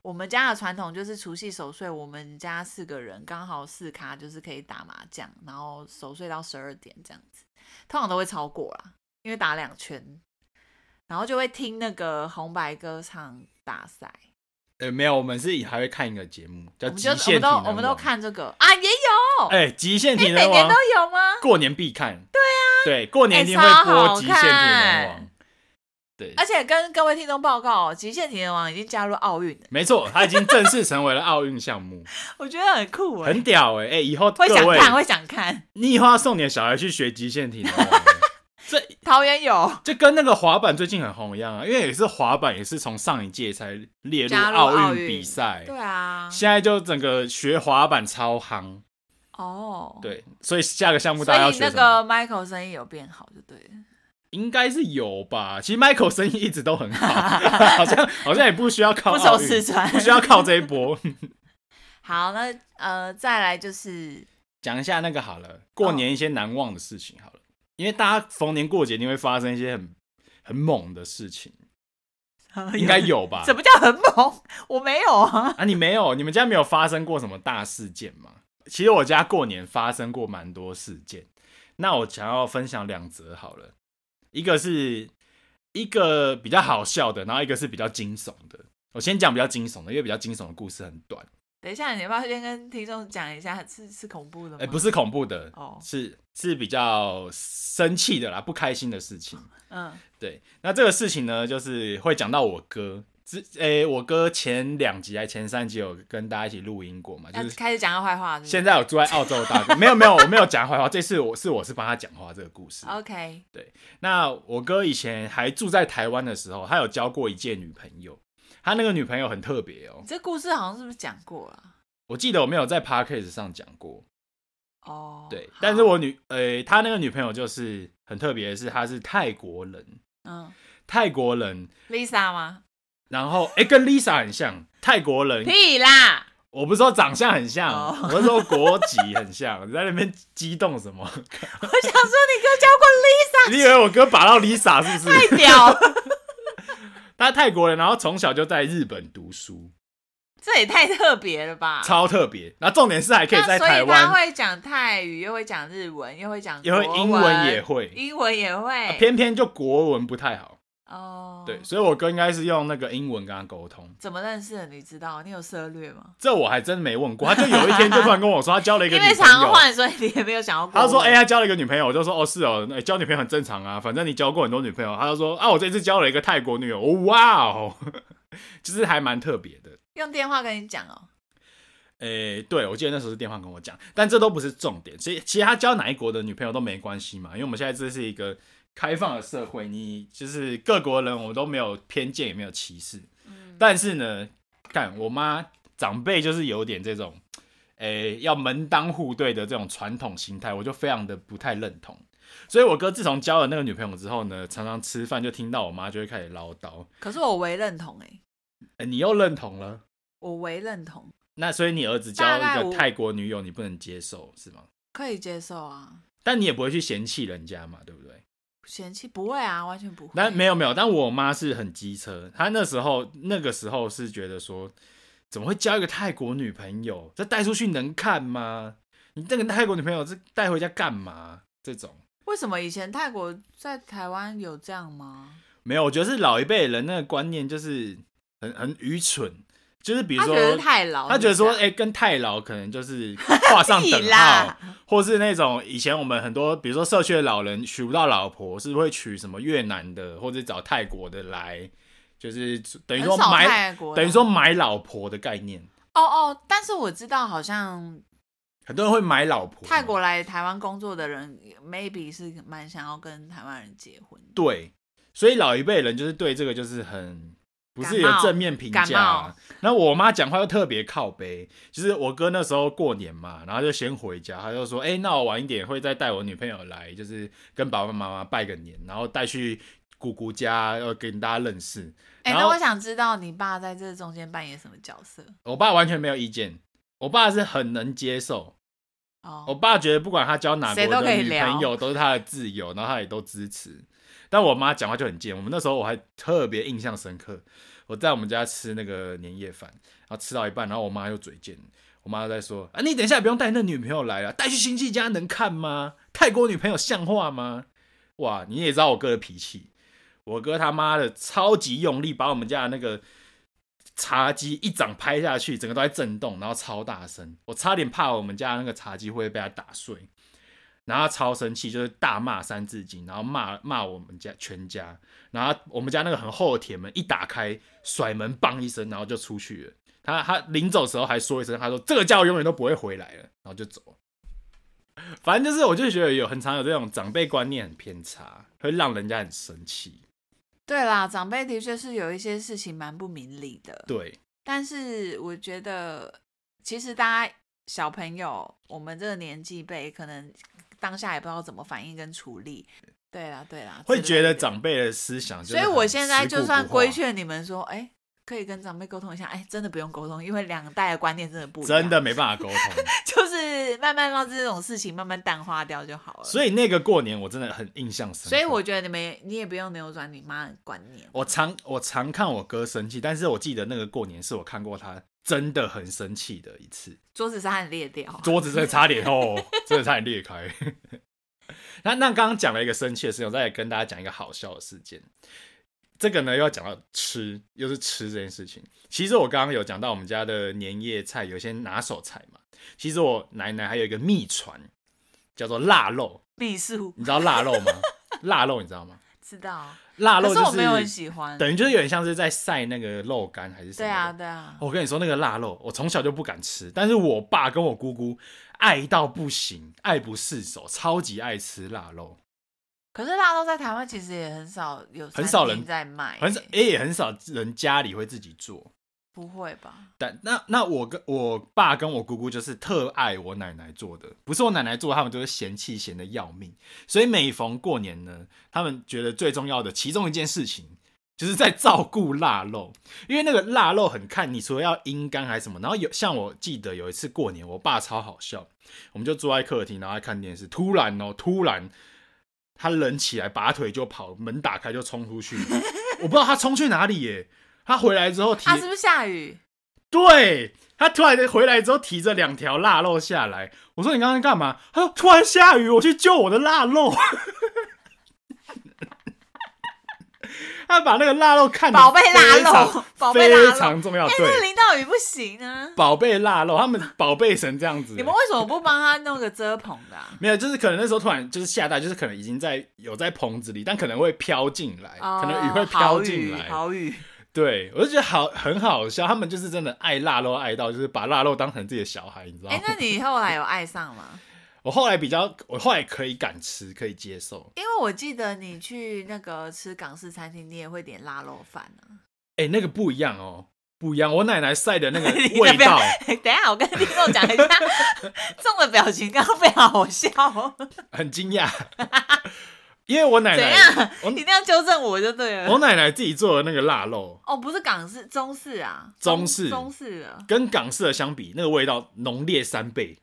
Speaker 2: 我们家的传统就是除夕守岁，我们家四个人刚好四咖，就是可以打麻将，然后守岁到十二点这样子，通常都会超过啦，因为打两圈，然后就会听那个红白歌唱大赛，
Speaker 1: 呃，没有，我们是还会看一个节目叫《
Speaker 2: 我们
Speaker 1: 极
Speaker 2: 就我
Speaker 1: 限
Speaker 2: 们
Speaker 1: 体
Speaker 2: 都
Speaker 1: 能王》，
Speaker 2: 我们都。看这个啊，也有，
Speaker 1: 哎，《极限体
Speaker 2: 每
Speaker 1: 能
Speaker 2: 年
Speaker 1: 王
Speaker 2: 都》有吗？
Speaker 1: 过年必看。对啊，对，过年一定会
Speaker 2: 哎超
Speaker 1: 播
Speaker 2: 好
Speaker 1: 《极限体能王
Speaker 2: 看》。
Speaker 1: 对，
Speaker 2: 而且跟各位听众报告哦，《极限体能王》已经加入奥运了，
Speaker 1: 没错，它已经正式成为了奥运项目，
Speaker 2: 我觉得很酷哎、
Speaker 1: 很屌哎、哎、以后各
Speaker 2: 会想
Speaker 1: 位，
Speaker 2: 看，会想看。
Speaker 1: 你以后要送你的小孩去学《极限体能王》欸。这
Speaker 2: 桃园有
Speaker 1: 就跟那个滑板最近很红一样啊，因为也是滑板也是从上一届才列入
Speaker 2: 加入奥
Speaker 1: 运
Speaker 2: 运
Speaker 1: 比赛，
Speaker 2: 对啊，
Speaker 1: 现在就整个学滑板超夯，
Speaker 2: 哦，，
Speaker 1: 对，所以下个项目
Speaker 2: 所
Speaker 1: 大家要
Speaker 2: 以
Speaker 1: 学
Speaker 2: 那
Speaker 1: 什么？
Speaker 2: 个 Michael 生意有变好就对了。
Speaker 1: 应该是有吧。其实 Michael 生意一直都很好，好像好像也不需要靠
Speaker 2: 不愁
Speaker 1: 奥运
Speaker 2: 吃穿
Speaker 1: 不需啊要靠这一波。
Speaker 2: 好，那呃，再来就是？
Speaker 1: 讲一下那个好了，过年一些难忘的事情好了，因为大家逢年过节一定会发生一些很很猛的事情， 应该有吧
Speaker 2: 哎什么叫很猛？我没有啊，
Speaker 1: 啊，你没有，你们家没有发生过什么大事件吗？其实我家过年发生过蛮多事件，那我想要分享两则好了，一个是一个比较好笑的，然后一个是比较惊悚的。我先讲比较惊悚的，因为比较惊悚的故事很短，
Speaker 2: 等一下，你要不要先跟听众讲一下，是是恐怖的吗？
Speaker 1: 哎、不，是恐怖的，
Speaker 2: 嗯哦
Speaker 1: 是是比较生气的啦，不开心的事情。
Speaker 2: 嗯，
Speaker 1: 对，那这个事情呢，就是会讲到我哥。之诶、我哥前两集还前三集有跟大家一起录音过嘛，就
Speaker 2: 要
Speaker 1: 是
Speaker 2: 开始讲他坏话是不是
Speaker 1: 现在我住在澳洲的大哥，没有没有，我没有讲 坏话。这次我是我是帮他讲话这个故事。
Speaker 2: OK，
Speaker 1: 那我哥以前还住在台湾的时候，他有交过一届女朋友，他那个女朋友很特别哦
Speaker 2: 你。这故事好像是不是讲过了？
Speaker 1: 我记得我没有在 p a r k a s 上讲过，
Speaker 2: 哦，
Speaker 1: 对
Speaker 2: 好，
Speaker 1: 但是我女呃，他那个女朋友就是很特别的是，她是泰国人，
Speaker 2: 嗯
Speaker 1: 泰国人，
Speaker 2: ，Lisa 吗？
Speaker 1: 然后诶，跟 Lisa 很像，泰国人。
Speaker 2: 屁啦！
Speaker 1: 我不是说长相很像，
Speaker 2: 哦
Speaker 1: 我是说国籍很像。你在那边激动什么？
Speaker 2: 我想说你哥教
Speaker 1: 你以为我哥把到 Lisa 是不是？
Speaker 2: 过 Lisa 太屌了，
Speaker 1: 他泰国人，然后从小就在日本读书，
Speaker 2: 这也太特别了吧？
Speaker 1: 超特别。然后重点是还可以在
Speaker 2: 那所
Speaker 1: 台
Speaker 2: 以他
Speaker 1: 湾，
Speaker 2: 会讲泰语，又会讲日文，又会讲
Speaker 1: 因为
Speaker 2: 国
Speaker 1: 英文也会，
Speaker 2: 英文也会，
Speaker 1: 偏偏就国文不太好。
Speaker 2: 哦，
Speaker 1: 对，所以我哥应该是用那个英文跟他沟通。
Speaker 2: 怎么认识的？你知道？你有涉略吗？
Speaker 1: 这我还真没问过，他就有一天就突然跟我说，他交了一个
Speaker 2: 因
Speaker 1: 女
Speaker 2: 为
Speaker 1: 朋
Speaker 2: 常
Speaker 1: 友。
Speaker 2: 换，所以你也没有想要过
Speaker 1: 他
Speaker 2: 问。
Speaker 1: 说：“哎、他交了一个女朋友。”我就说：“哦，是哦，哎交女朋友很正常啊，反正你交过很多女朋友。”他就说：“啊，我这次交了一个泰国女友，哦哇哦， 就是还蛮特别的。”
Speaker 2: 用电话跟你讲哦。
Speaker 1: 诶、对，我记得那时候是电话跟我讲，但这都不是重点。其实，其实他交哪一国的女朋友都没关系嘛，因为我们现在这是一个开放的社会，你就是各国人，我们都没有偏见，也没有歧视。
Speaker 2: 嗯
Speaker 1: 但是呢，看我妈长辈就是有点这种，诶、要门当户对的这种传统心态，我就非常的不太认同。所以，我哥自从交了那个女朋友之后呢，常常吃饭就听到我妈就会开始唠叨、
Speaker 2: 可是我为认同哎、
Speaker 1: 诶你又认同了。
Speaker 2: 我为认同，
Speaker 1: 那所以你儿子交
Speaker 2: 大概
Speaker 1: 一
Speaker 2: 我
Speaker 1: 个泰国女友，你不能接受是吗？
Speaker 2: 可以接受啊，
Speaker 1: 但你也不会去嫌弃人家嘛，对不对？
Speaker 2: 嫌弃不会啊，完全不会。
Speaker 1: 但没有没有，但我妈是很机车，她那时候那个时候是觉得说，怎么会交一个泰国女朋友？这带出去能看吗？你这个泰国女朋友这带回家干嘛？这种
Speaker 2: 为什么以前泰国在台湾有这样吗？
Speaker 1: 没有，我觉得是老一辈人那个观念就是很很愚蠢，就是比如
Speaker 2: 他觉
Speaker 1: 说
Speaker 2: 得太老，
Speaker 1: 他觉得说，
Speaker 2: 哦你
Speaker 1: 哎、
Speaker 2: 讲
Speaker 1: 跟太老可能就是画上
Speaker 2: 屁
Speaker 1: 等号
Speaker 2: 啦，
Speaker 1: 或是那种以前我们很多，比如说社区的老人娶不到老婆，是会娶什么越南的，或者找泰国的来，就是等于说
Speaker 2: 很少
Speaker 1: 买，
Speaker 2: 泰国啦，
Speaker 1: 等于说买老婆的概念，
Speaker 2: 哦哦，但是我知道好像
Speaker 1: 很多人会买老婆。
Speaker 2: 泰国来台湾工作的人，maybe 是蛮想要跟台湾人结婚的。
Speaker 1: 对，所以老一辈人就是对这个就是很不是
Speaker 2: 感
Speaker 1: 有
Speaker 2: 冒
Speaker 1: 正面评
Speaker 2: 感
Speaker 1: 价、
Speaker 2: 冒
Speaker 1: 啊。那我妈讲话又特别靠背，就是我哥那时候过年嘛，然后就先回家，他就说：“哎、那我晚一点会再带我女朋友来，就是跟爸爸妈妈拜个年，然后带去姑姑家，要跟大家认识。”
Speaker 2: 哎、
Speaker 1: 然
Speaker 2: 那
Speaker 1: 后
Speaker 2: 我想知道你爸在这中间扮演什么角色？
Speaker 1: 我爸完全没有意见，我爸是很能接受。我
Speaker 2: 哦，
Speaker 1: 爸觉得不管他交哪国
Speaker 2: 谁都可
Speaker 1: 的
Speaker 2: 以
Speaker 1: 女
Speaker 2: 聊
Speaker 1: 朋友都是他的自由，然后他也都支持。但我妈讲话就很贱，我们那时候我还特别印象深刻。我在我们家吃那个年夜饭，然后吃到一半，然后我妈又嘴贱，我妈在说：“啊，你等一下也不用带那女朋友来了，带去亲戚家能看吗？泰国女朋友像话吗？”哇，你也知道我哥的脾气，我哥他妈的超级用力，把我们家的那个茶几一掌拍下去，整个都在震动，然后超大声，我差点怕我们家那个茶几会被他打碎。然后他超生气，就是大骂《三字经》，然后骂骂我们家全家。然后我们家那个很厚的铁门一打开，甩门梆一声，然后就出去了。他他临走的时候还说一声，他说这个家我永远都不会回来了，然后就走。反正就是，我就觉得有很常有这种长辈观念很偏差，会让人家很生气。
Speaker 2: 对啦，长辈的确是有一些事情蛮不明理的，
Speaker 1: 对，
Speaker 2: 但是我觉得其实大家小朋友，我们这个年纪辈，可能当下也不知道怎么反应跟处理。对啦，对啦，
Speaker 1: 会
Speaker 2: 之类
Speaker 1: 觉得
Speaker 2: 呃的
Speaker 1: 长辈的思想就是很
Speaker 2: 所以
Speaker 1: 食古不化，
Speaker 2: 我现在就算规劝你们说，哎、可以跟长辈沟通一下，哎、真的不用沟通，因为两代的观念真的不一样，
Speaker 1: 真的没办法沟 通。
Speaker 2: 就是慢慢让这种事情慢慢淡化掉就好了。
Speaker 1: 所以那个过年我真的很印象深刻。
Speaker 2: 所以我觉得你们也你也不用扭转你妈的观念，
Speaker 1: 我常我常看我哥生气，但是我记得那个过年是我看过他真的很生气的一次，
Speaker 2: 桌子上很裂掉。
Speaker 1: 桌子真的差点 哦，真的差点裂开。 那那刚刚讲了一个生气的事情，我再来跟大家讲一个好笑的事件。这个呢，又要讲到吃，又是吃这件事情。其实我刚刚有讲到我们家的年夜菜有一些拿手菜嘛。其实我奶奶还有一个秘传，叫做腊肉。
Speaker 2: 秘术
Speaker 1: 你知道腊肉 吗？腊肉你知道吗？
Speaker 2: 知道，
Speaker 1: 腊肉
Speaker 2: 可
Speaker 1: 就是是
Speaker 2: 我没有很喜欢。
Speaker 1: 等于就是有点像是在晒那个肉干还是什
Speaker 2: 对
Speaker 1: 么的。
Speaker 2: 啊，对啊，
Speaker 1: 我跟你说那个腊肉，我从小就不敢吃，但是我爸跟我姑姑爱到不行，爱不释手，超级爱吃腊肉，
Speaker 2: 可是腊肉在台湾其实也很少有，
Speaker 1: 很少人
Speaker 2: 在卖、
Speaker 1: 很少，
Speaker 2: 哎
Speaker 1: 也、也很少人家里会自己做。
Speaker 2: 不会吧？
Speaker 1: 但那那我跟我爸跟我姑姑就是特爱我奶奶做的，不是我奶奶做，他们就是嫌弃嫌的要命。所以每逢过年呢，他们觉得最重要的其中一件事情，就是在照顾腊肉，因为那个腊肉很看你除了要阴干还是什么。然后有像我记得有一次过年，我爸超好笑，我们就坐在客厅，然后在看电视，突然哦，突然他人起来，拔腿就跑，门打开就冲出去，我不知道他冲去哪里耶。他回来之后提，
Speaker 2: 啊，是不是下雨？
Speaker 1: 对他突然回来之后提着两条腊肉下来，我说你刚刚干嘛？他说突然下雨，我去救我的腊肉。 他把那个腊肉看得
Speaker 2: 宝贝腊
Speaker 1: 非常
Speaker 2: 肉，宝贝腊
Speaker 1: 非
Speaker 2: 肉。
Speaker 1: 常重要，
Speaker 2: 哎，那
Speaker 1: 对，
Speaker 2: 林道宇不行啊！
Speaker 1: 宝贝腊肉，他们宝贝成这样子、
Speaker 2: 你们为什么不帮他弄个遮棚的啊、
Speaker 1: 没有，就是可能那时候突然就是下大，就是可能已经在有在棚子里，但可能会飘进来， 可能雨会飘进来。
Speaker 2: 哦啊好雨，
Speaker 1: 对，我就觉得好很好笑，他们就是真的爱腊肉爱到，就是把腊肉当成自己的小孩，你知道
Speaker 2: 哎、
Speaker 1: 吗？
Speaker 2: 那你后来有爱上吗？
Speaker 1: 我后来比较，我后来可以敢吃，可以接受。
Speaker 2: 因为我记得你去那个吃港式餐厅，你也会点腊肉饭啊。
Speaker 1: 哎、那个不一样哦，不一样。我奶奶晒的那个
Speaker 2: 你那
Speaker 1: 味
Speaker 2: 边
Speaker 1: 道，
Speaker 2: 等一下，我跟听众讲一下， 众的表情刚刚非常好笑哦，
Speaker 1: 很惊讶，因为我奶
Speaker 2: 怎
Speaker 1: 奶
Speaker 2: 样，
Speaker 1: 我
Speaker 2: 你那样纠正我就对了。
Speaker 1: 我奶奶自己做的那个腊肉，
Speaker 2: 哦，不是港式，中式啊，
Speaker 1: 中式
Speaker 2: 中式的，
Speaker 1: 跟港式的相比，那个味道浓烈三倍，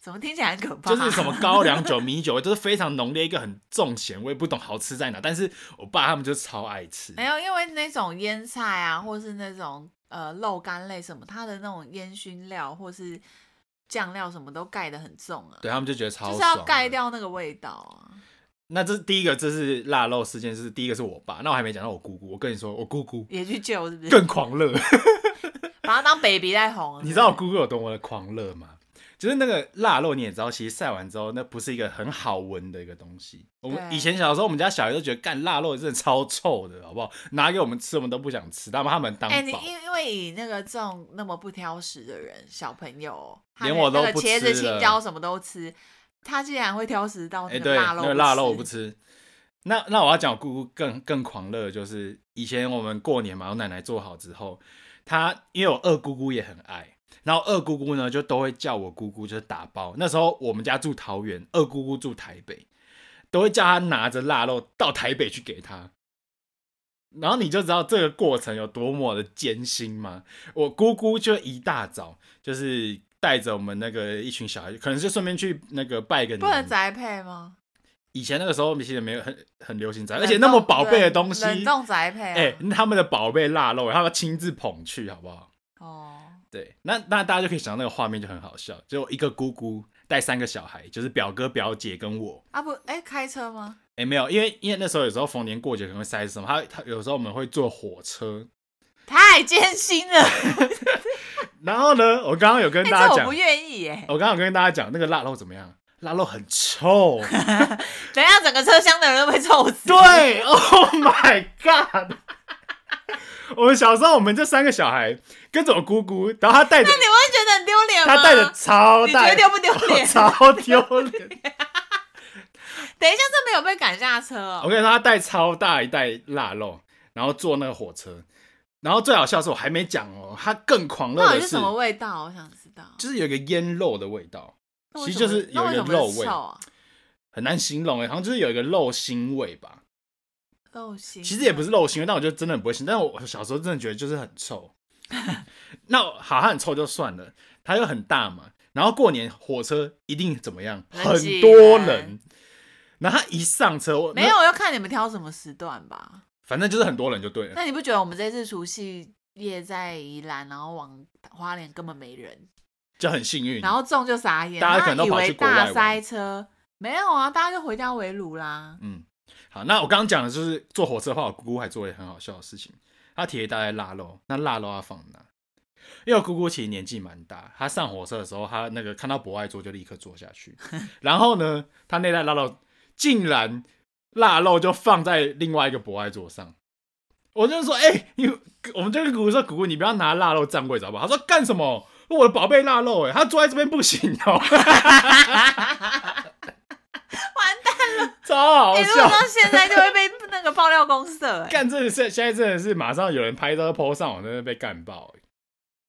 Speaker 2: 怎么听起来很可 怕？
Speaker 1: 就是什么高粱酒、米酒，就是非常浓烈，一个很重咸味，不懂好吃在哪。但是我爸他们就超爱吃，
Speaker 2: 没有，因为那种腌菜啊，或是那种呃肉干类什么，它的那种烟熏料或是酱料什么都盖得很重啊，
Speaker 1: 对他们就觉得超
Speaker 2: 就是
Speaker 1: 爽。
Speaker 2: 要盖。掉那个味道啊。
Speaker 1: 那这是第一个，这是腊肉事件，就是第一个是我爸。那我还没讲到我姑姑，我跟你说，我姑姑
Speaker 2: 也去救是不是？
Speaker 1: 更狂热。
Speaker 2: 把它当 baby 在哄。
Speaker 1: 你知道我
Speaker 2: 是不
Speaker 1: 姑姑有多么的狂热吗？就是那个腊肉，你也知道，其实晒完之后，那不是一个很好闻的一个东西。我们
Speaker 2: 对
Speaker 1: 以前小时候，我们家小孩都觉得干腊肉真的超臭的，好不好？拿给我们吃，我们都不想吃，但他们当
Speaker 2: 是哎、你
Speaker 1: 宝。
Speaker 2: 因因为以那个这种那么不挑食的人，小朋友他
Speaker 1: 连
Speaker 2: 的
Speaker 1: 我都
Speaker 2: 那个
Speaker 1: 不
Speaker 2: 茄子、
Speaker 1: 吃了
Speaker 2: 青椒什么都吃，他竟然会挑食到
Speaker 1: 哎、
Speaker 2: 那
Speaker 1: 对，
Speaker 2: 个腊
Speaker 1: 那
Speaker 2: 肉、
Speaker 1: 个腊肉我不。吃。那那我要讲我姑姑更更狂热，的就是以前我们过年嘛，我奶奶做好之后，她因为我二姑姑也很爱，然后二姑姑呢就都会叫我姑姑就是打包。那时候我们家住桃园，二姑姑住台北，都会叫她拿着腊肉到台北去给她。然后你就知道这个过程有多么的艰辛吗？我姑姑就一大早就是带着我们那个一群小孩，可能就顺便去那个拜个年，
Speaker 2: 不能宅配吗？
Speaker 1: 以前那个时候其实没有很很流行宅，而
Speaker 2: 冷
Speaker 1: 且那么
Speaker 2: 冻
Speaker 1: 宝贝的
Speaker 2: 冷
Speaker 1: 东西，
Speaker 2: 冷
Speaker 1: 哎、
Speaker 2: 冻宅配、啊。
Speaker 1: 他们的宝贝腊肉，他们亲自捧去，好不好？
Speaker 2: 哦，
Speaker 1: 对，那那大家就可以想到那个画面就很好笑，就一个姑姑带三个小孩，就是表哥、表姐跟我。
Speaker 2: 啊不，哎、开车吗？
Speaker 1: 哎、没有，因为因为那时候有时候逢年过节可能会塞什么，他他有时候我们会坐火车，
Speaker 2: 太艰辛了，
Speaker 1: 然后呢，我刚刚有跟
Speaker 2: 哎、
Speaker 1: 大家
Speaker 2: 这我
Speaker 1: 讲，
Speaker 2: 不愿意哎、
Speaker 1: 我刚刚有跟大家讲那个腊肉怎么样，腊肉很 臭，
Speaker 2: 等一下整个车厢的人都被臭死。
Speaker 1: 对，Oh my God！我们小时候，我们这三个小孩跟着我姑姑，然后她带着
Speaker 2: 那你会觉得很丢脸吗？
Speaker 1: 她带着超
Speaker 2: 你觉
Speaker 1: 大
Speaker 2: 得，丢不丢脸？
Speaker 1: 超丢脸。
Speaker 2: 等一下，这没有被赶下车哦
Speaker 1: 我。跟你说，她带超大一袋腊肉，然后坐那个火车，然后最好笑的是我还没讲哦，她更狂热
Speaker 2: 到底
Speaker 1: 的
Speaker 2: 是
Speaker 1: 是，
Speaker 2: 什么味道？我想知道。
Speaker 1: 就是有一个腌肉的味道，
Speaker 2: 那为
Speaker 1: 其实
Speaker 2: 什
Speaker 1: 就
Speaker 2: 么
Speaker 1: 是
Speaker 2: 那
Speaker 1: 有一个
Speaker 2: 为什么
Speaker 1: 肉
Speaker 2: 是
Speaker 1: 味
Speaker 2: 臭啊，
Speaker 1: 很难形容欸诶，好像就是有一个肉腥味吧。
Speaker 2: 肉腥。啊
Speaker 1: 其实也不是肉腥味，但我就真的很不会腥。但我小时候真的觉得就是很臭。 那好，它很臭就算了，它又很大嘛。然后过年火车一定怎么样？
Speaker 2: 人挤
Speaker 1: 很多
Speaker 2: 人
Speaker 1: 人。然后他一上车，我
Speaker 2: 没有，，要看你们挑什么时段吧。
Speaker 1: 反正就是很多人就对了。
Speaker 2: 那你不觉得我们这次除夕夜在宜兰，然后往花莲根本没人，
Speaker 1: 就很幸运。
Speaker 2: 然后中就傻眼，
Speaker 1: 大家可能
Speaker 2: 他
Speaker 1: 都
Speaker 2: 以
Speaker 1: 跑去
Speaker 2: 为
Speaker 1: 国外
Speaker 2: 大
Speaker 1: 玩
Speaker 2: 塞车。没有啊，大家就回家围炉啦。
Speaker 1: 嗯，好，那我刚刚讲的就是坐火车的话，我姑姑还做了一个很好笑的事情，她提了一大袋腊肉，那腊肉要放哪？因为我姑姑其实年纪蛮大，她上火车的时候，她那个看到博爱座就立刻坐下 去，然后呢，她那袋腊肉竟然腊肉就放在另外一个博爱座上。我就说，哎、你我们就跟姑姑说，姑姑你不要拿腊肉占位置好不好？她说干什么？我的宝贝腊肉、哎，她坐在这边不行哦、
Speaker 2: 完蛋，
Speaker 1: 超好
Speaker 2: 哎、
Speaker 1: 笑。
Speaker 2: 如果到现在就会被那个爆料公社、哎，
Speaker 1: 干，这是现在真的是马上有人拍照 PO 上网，真的被干爆、欸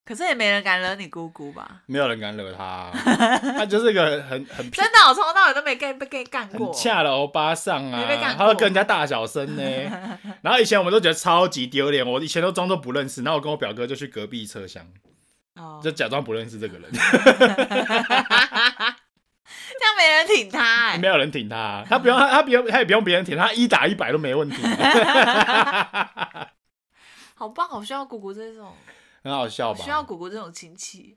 Speaker 2: 可是也没人敢惹你姑姑吧？
Speaker 1: 没有人敢惹他、 他就是个很很
Speaker 2: 真的，我从头到尾都没给被给干
Speaker 1: 很
Speaker 2: 过。
Speaker 1: 恰的欧巴上啊
Speaker 2: 没被干，过
Speaker 1: 他会跟人家大小声 呢、然后以前我们都觉得超级丢脸，我以前都装作不认识，然后我跟我表哥就去隔壁车厢，
Speaker 2: 哦，
Speaker 1: 就假装不认识这个人，
Speaker 2: 这样没人挺他、哎
Speaker 1: 没，有人挺他、他不用他他不用他也不用别人挺他，一打一百都没 问题，
Speaker 2: 好棒，好需要姑姑这种，
Speaker 1: 很好笑
Speaker 2: 好
Speaker 1: 吧？
Speaker 2: 需要姑姑这种亲戚。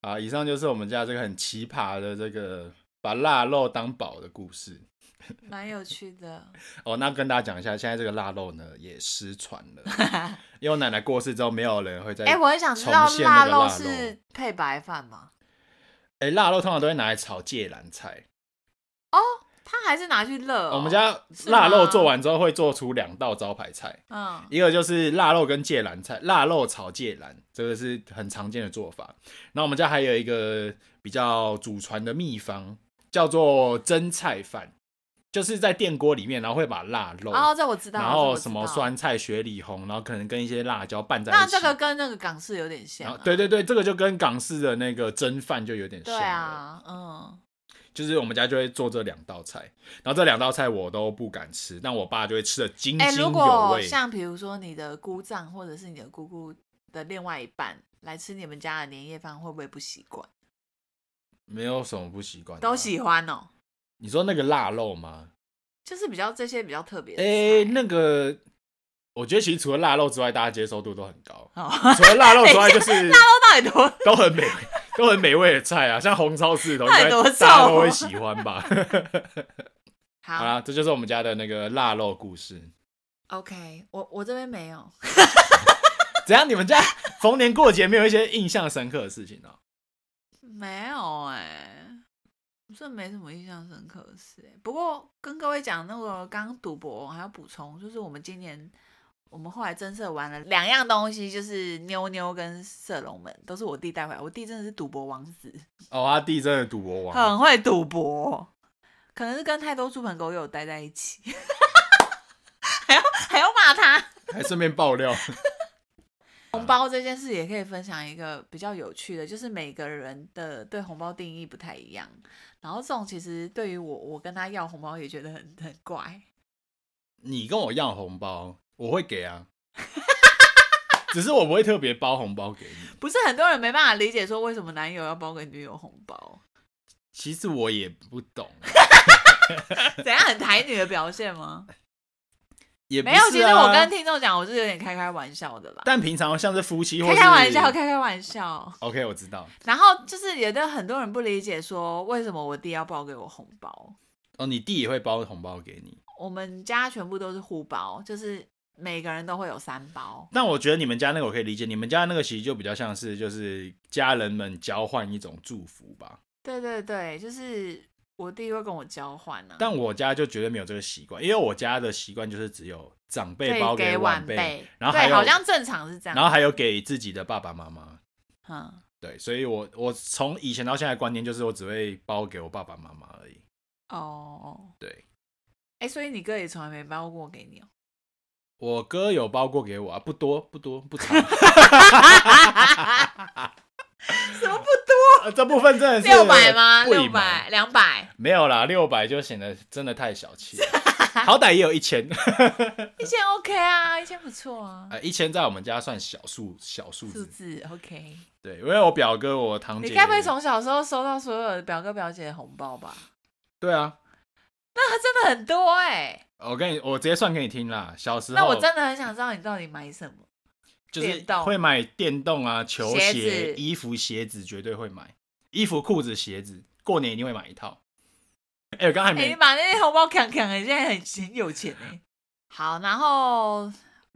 Speaker 1: 啊，以上就是我们家这个很奇葩的这个把腊肉当宝的故事。
Speaker 2: 蛮有趣的。
Speaker 1: 哦，那跟大家讲一下，现在这个腊肉呢也失传了，因为我奶奶过世之后，没有人会再。
Speaker 2: 哎、我很想知道
Speaker 1: 重现
Speaker 2: 腊
Speaker 1: 那个
Speaker 2: 肉
Speaker 1: 腊
Speaker 2: 是配白饭吗？
Speaker 1: 哎、腊肉通常都会拿来炒芥蓝菜。
Speaker 2: 哦他还是拿去热哦、
Speaker 1: 我们家
Speaker 2: 是吗
Speaker 1: 腊肉做完之后会做出两道招牌菜，
Speaker 2: 嗯
Speaker 1: 一个就是腊肉跟芥蓝菜，腊肉炒芥蓝，这个是很常见的做法。然后我们家还有一个比较祖传的秘方，叫做蒸菜饭，就是在电锅里面，然后会把腊肉，
Speaker 2: 哦，这我知道。
Speaker 1: 然
Speaker 2: 这我
Speaker 1: 后
Speaker 2: 知
Speaker 1: 什么
Speaker 2: 道
Speaker 1: 酸菜、雪里红，然后可能跟一些辣椒拌在一起。
Speaker 2: 那这个跟那个港式有点像、
Speaker 1: 然
Speaker 2: 啊
Speaker 1: 后，对对对，这个就跟港式的那个蒸饭就有点像
Speaker 2: 对
Speaker 1: 了，
Speaker 2: 啊，嗯，
Speaker 1: 就是我们家就会做这两道菜，然后这两道菜我都不敢吃，但我爸就会吃的津
Speaker 2: 哎、
Speaker 1: 津
Speaker 2: 如
Speaker 1: 有
Speaker 2: 果
Speaker 1: 味。
Speaker 2: 像比如说你的姑丈或者是你的姑姑的另外一半来吃你们家的年夜饭，会不会不习惯？
Speaker 1: 没有什么不习惯的啊，
Speaker 2: 都喜欢哦，
Speaker 1: 你说那个腊肉吗？
Speaker 2: 就是比较这些比较特别的
Speaker 1: 哎、
Speaker 2: 菜。
Speaker 1: 那个，我觉得其实除了腊肉之外，大家接受度都很高。
Speaker 2: 哦，
Speaker 1: 除了腊肉之外，
Speaker 2: 等
Speaker 1: 就
Speaker 2: 一 下
Speaker 1: 是
Speaker 2: 到底多
Speaker 1: 都很美，都很美味的菜啊，像红烧狮头，应该
Speaker 2: 太多
Speaker 1: 大
Speaker 2: 臭
Speaker 1: 家
Speaker 2: 了
Speaker 1: 都会喜欢吧？ 好
Speaker 2: 好
Speaker 1: 啦，这就是我们家的那个腊肉故事。
Speaker 2: ？OK，我我这边没有，
Speaker 1: 怎样？你们家逢年过节没有一些印象深刻的事情哦？
Speaker 2: 没有哎、我真的没什么印象深刻的事、欸。不过跟各位讲，那个刚刚赌博我还要补充，就是我们今年我们后来真社玩了两样东西，就是妞妞跟射龙门，都是我弟带回来。我弟真的是赌博王子，
Speaker 1: 哦，他弟真的赌博王，
Speaker 2: 很会赌博，可能是跟太多猪朋狗友待在一起， 还要还要骂他。
Speaker 1: 还顺便爆料。
Speaker 2: 红包这件事也可以分享一个比较有趣的，就是每个人的对红包定义不太一样。然后这种其实对于我，我跟他要红包也觉得很很怪。
Speaker 1: 你跟我要红包，我会给 啊，只是我不会特别包红包给你。
Speaker 2: 不是很多人没办法理解说为什么男友要包给女友红包，
Speaker 1: 其实我也不懂，啊
Speaker 2: 怎样很台女的表现吗？
Speaker 1: 也不
Speaker 2: 没有，
Speaker 1: 是
Speaker 2: 其实
Speaker 1: 啊
Speaker 2: 我跟听众讲，我是有点开开玩笑的啦，
Speaker 1: 但平常像是夫妻或
Speaker 2: 开
Speaker 1: 是
Speaker 2: 开玩笑，开开玩笑。
Speaker 1: OK，我知道。
Speaker 2: 然后就是也的很多人不理解说为什么我弟要包给我红包，
Speaker 1: 哦，你弟也会包红包给你，
Speaker 2: 我们家全部都是互包，就是每个人都会有三包。
Speaker 1: 但我觉得你们家那个我可以理解，你们家那个其实就比较像是就是家人们交换一种祝福吧。
Speaker 2: 对对对，就是我弟会跟我交换呢、啊。
Speaker 1: 但我家就绝对没有这个习惯，因为我家的习惯就是只有长辈包
Speaker 2: 可以给
Speaker 1: 晚
Speaker 2: 辈，
Speaker 1: 然后还
Speaker 2: 对，
Speaker 1: 有
Speaker 2: 好像正常是这样。
Speaker 1: 然后还有给自己的爸爸妈妈。
Speaker 2: 嗯，
Speaker 1: 对，所以我我从以前到现在的观念就是，我只会包给我爸爸妈妈而已。
Speaker 2: 哦，
Speaker 1: 对
Speaker 2: 哎，所以你哥也从来没包过给你哦。
Speaker 1: 我哥有包过给我啊，不多不多不 长，
Speaker 2: 什么不多？
Speaker 1: 呃这部分真的是
Speaker 2: 六百吗？
Speaker 1: 不
Speaker 2: 六
Speaker 1: 隐瞒
Speaker 2: 百、两百、
Speaker 1: 没有啦，六百就显得真的太小气 了，好歹也有一千，
Speaker 2: 一千 OK 啊，一千不错啊，
Speaker 1: 呃，一千在我们家算小数小数
Speaker 2: 数
Speaker 1: 字。
Speaker 2: 字 OK。
Speaker 1: 对，因为我表哥我堂姐，
Speaker 2: 你该不会从小时候收到所有的表哥表姐的红包吧？
Speaker 1: 对啊？
Speaker 2: 那他真的很多哎、
Speaker 1: 我跟你，我直接算给你听啦。小时候，
Speaker 2: 那我真的很想知道你到底买什么。
Speaker 1: 就是
Speaker 2: 电动
Speaker 1: 会买电动啊、球鞋、
Speaker 2: 鞋子
Speaker 1: 衣服、鞋子，绝对会买。衣服、裤子、鞋子，过年一定会买一套。哎、我刚还
Speaker 2: 哎、
Speaker 1: 没、
Speaker 2: 你把那些红包扛扛，你现在很很有钱哎、好，然后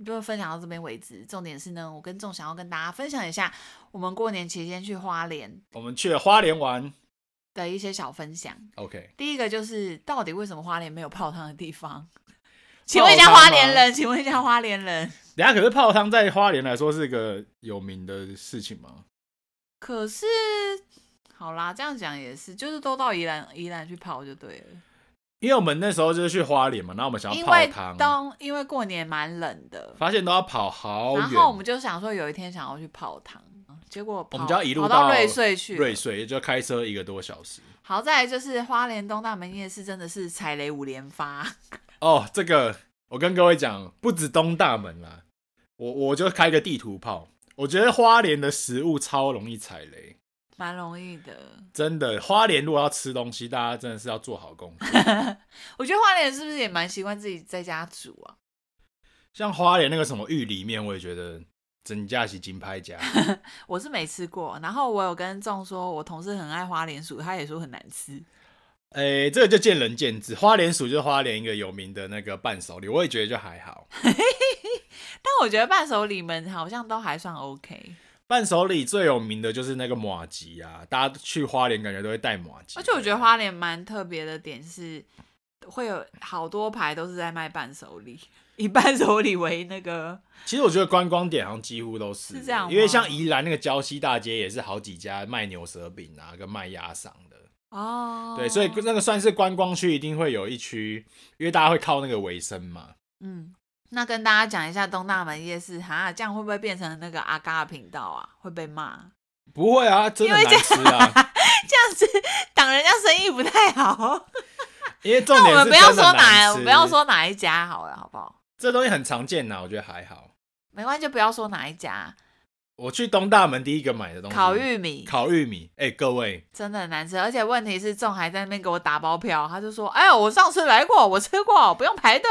Speaker 2: 就分享到这边为止。重点是呢，我跟仲想要跟大家分享一下我们过年期间去花莲
Speaker 1: 我们去了花莲玩。
Speaker 2: 的一些小分享。
Speaker 1: OK，
Speaker 2: 第一个就是到底为什么花莲没有泡汤的 地方？请问一下花莲人，请问一下花莲人。
Speaker 1: 等一下可是泡汤在花莲来说是个有名的事情吗？
Speaker 2: 可是，好啦，这样讲也是，就是都到宜兰宜兰去泡就对了，
Speaker 1: 因为我们那时候就是去花莲嘛，然后我们想要
Speaker 2: 因
Speaker 1: 泡
Speaker 2: 为
Speaker 1: 汤，
Speaker 2: 当因为过年蛮冷的，
Speaker 1: 发现都要跑好
Speaker 2: 然
Speaker 1: 远。
Speaker 2: 后我们就想说有一天想要去泡汤，结果跑
Speaker 1: 我们就要一路
Speaker 2: 跑到
Speaker 1: 到
Speaker 2: 瑞穗去了。
Speaker 1: 瑞穗就开车一个多小时。
Speaker 2: 好，再来就是花莲东大门夜市真的是踩雷五连发，
Speaker 1: 哦，这个我跟各位讲，不止东大门啦，我我就开个地图炮。我觉得花莲的食物超容易踩雷，
Speaker 2: 蛮容易的。
Speaker 1: 真的。花莲如果要吃东西，大家真的是要做好功课。
Speaker 2: 我觉得花莲是不是也蛮习惯自己在家煮啊？
Speaker 1: 像花莲那个什么玉里面，我也觉得真假是金牌 家。
Speaker 2: 我是没吃过，然后我有跟仲说，我同事很爱花莲薯，他也说很难吃。
Speaker 1: 诶、哎这个就见仁见智。花莲薯就是花莲一个有名的那个伴手礼，我也觉得就还好。
Speaker 2: 但我觉得伴手礼们好像都还算 OK，
Speaker 1: 伴手礼最有名的就是那个马吉啊，大家去花莲感觉都会带马吉。
Speaker 2: 而且我觉得花莲蛮特别的点是，会有好多排都是在卖伴手礼，以伴手礼为那个
Speaker 1: 其实我觉得观光点好像几乎都是
Speaker 2: 是这样吗
Speaker 1: 因为像宜兰那个礁溪大街也是好几家卖牛舌饼啊，跟卖鸭嗓的。
Speaker 2: 哦，
Speaker 1: 对，所以那个算是观光区，一定会有一区，因为大家会靠那个为生嘛。
Speaker 2: 嗯，那跟大家讲一下东大门夜市，哈，这样会不会变成那个阿嘎的频道啊？会被骂，
Speaker 1: 不会啊，真的很难吃啊，
Speaker 2: 这样子挡人家生意不太好。
Speaker 1: 因为重
Speaker 2: 那
Speaker 1: 点
Speaker 2: 我
Speaker 1: 是
Speaker 2: 们不要
Speaker 1: 真的
Speaker 2: 说哪，
Speaker 1: 难
Speaker 2: 我
Speaker 1: 吃
Speaker 2: 们不要说哪一家好了，好不好？
Speaker 1: 这东西很常见呐、啊我觉得还好。
Speaker 2: 没关系，就不要说哪一家。
Speaker 1: 我去东大门第一个买的东西，
Speaker 2: 烤玉米
Speaker 1: 哦烤玉米，哎、各位，
Speaker 2: 真的很难吃，而且问题是仲还在那边给我打包票，他就说：“哎呦，我上次来过，我吃过，不用排队，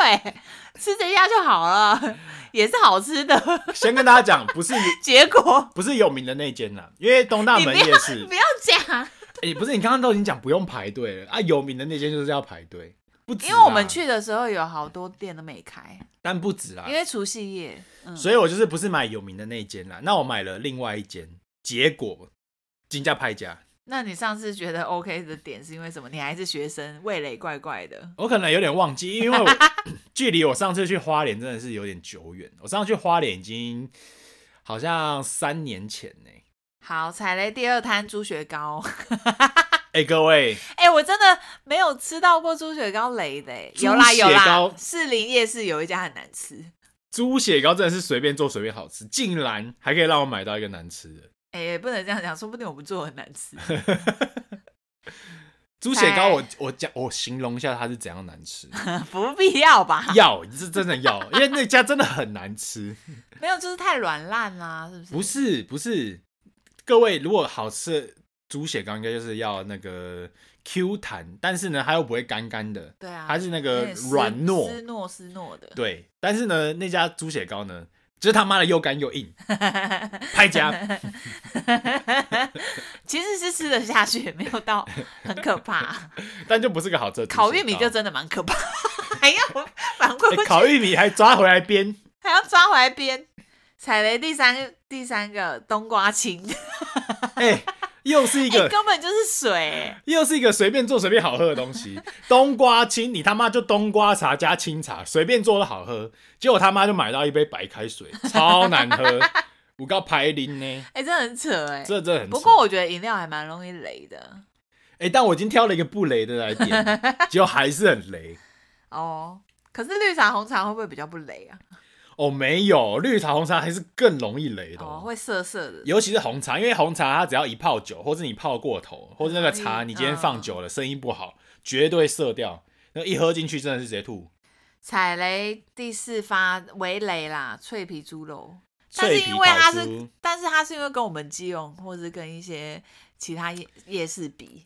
Speaker 2: 吃这家就好了，也是好吃的。
Speaker 1: 先跟大家讲，不是”
Speaker 2: 结果
Speaker 1: 不是有名的那间呐、因为东大
Speaker 2: 你
Speaker 1: 门
Speaker 2: 不
Speaker 1: 夜
Speaker 2: 要
Speaker 1: 市
Speaker 2: 不，要讲，
Speaker 1: 哎、不是你刚刚都已经讲不用排队了啊，有名的那间就是要排队，不止，啊
Speaker 2: 因为我们，去的时候有好多店都没开，
Speaker 1: 但不止啦啊
Speaker 2: 因，为除夕夜，嗯，
Speaker 1: 所以我就是不是买有名的那间啦，那我买了另外一间，结果金价派价。
Speaker 2: 那你上次觉得 OK 的点是因为什么？你还是学生，味蕾怪怪的。
Speaker 1: 我可能有点忘记，因为我 距离我上次去花莲真的是有点久远。我上次去花莲已经好像三年前呢、
Speaker 2: 好，踩雷第二摊猪血糕，
Speaker 1: 哎、各位，
Speaker 2: 哎、我真的没有吃到过猪血糕雷的、哎
Speaker 1: 猪
Speaker 2: 有啦有
Speaker 1: 血
Speaker 2: 啦
Speaker 1: 糕，
Speaker 2: 士林夜市有一家很难吃。
Speaker 1: 猪血糕真的是随便做随便好吃，竟然还可以让我买到一个难吃的
Speaker 2: 哎、不能这样讲，说不定我们做得很难吃。
Speaker 1: 猪血糕
Speaker 2: 哎
Speaker 1: 我。我讲我形容一下它是怎样难吃，
Speaker 2: 不必要吧？
Speaker 1: 要是真的要，因为那家真的很难吃。
Speaker 2: 没有，就是太软烂啦，是不是？
Speaker 1: 不是不是，各位如果好吃的猪血糕应该就是要那个 Q 弹，但是呢它又不会干干的，
Speaker 2: 对啊，
Speaker 1: 它是那
Speaker 2: 有
Speaker 1: 个
Speaker 2: 点丝
Speaker 1: 软糯
Speaker 2: 丝糯丝糯 的。
Speaker 1: 对，但是呢，那家猪血糕呢，就是他妈的又干又硬，拍 家。
Speaker 2: 其实是吃得下去，没有到很可怕。
Speaker 1: 但 就不是个好吃的猪血糕。
Speaker 2: 烤玉米就真的蛮可怕， 还要反
Speaker 1: 欸
Speaker 2: 过去，
Speaker 1: 烤玉米还抓回来编，
Speaker 2: 还要抓回来编。踩雷第三第三个冬瓜青，
Speaker 1: 哎、又是一
Speaker 2: 哎、
Speaker 1: 个、
Speaker 2: 根本就是水、哎
Speaker 1: 又是一个随便做随便好喝的东西。冬瓜青，你他妈就冬瓜茶加清茶，随便做都好喝。结果他妈就买到一杯白开水，超难喝，我告排林呢，
Speaker 2: 哎、真的很扯哎、
Speaker 1: 这真的很扯。
Speaker 2: 不过我觉得饮料还蛮容易雷的
Speaker 1: 哎、但我已经挑了一个不雷的 来点，结果还是很雷。
Speaker 2: 哦。可是绿茶红茶会不会比较不雷啊？
Speaker 1: 哦，没有，绿茶红茶还是更容易雷的、
Speaker 2: 哦，会涩涩的。
Speaker 1: 尤其是红茶，因为红茶它只要一泡酒，或是你泡过头，或是那个茶
Speaker 2: 嗯
Speaker 1: 你今天放久了，生意不好，绝对色掉。那一喝进去真的是直接吐。
Speaker 2: 踩雷第四发围雷啦，脆皮猪肉，但
Speaker 1: 脆
Speaker 2: 是
Speaker 1: 皮
Speaker 2: 因为它
Speaker 1: 烤
Speaker 2: 是
Speaker 1: 猪，，
Speaker 2: 但是它是因为跟我们基隆或是跟一些其他夜夜市比，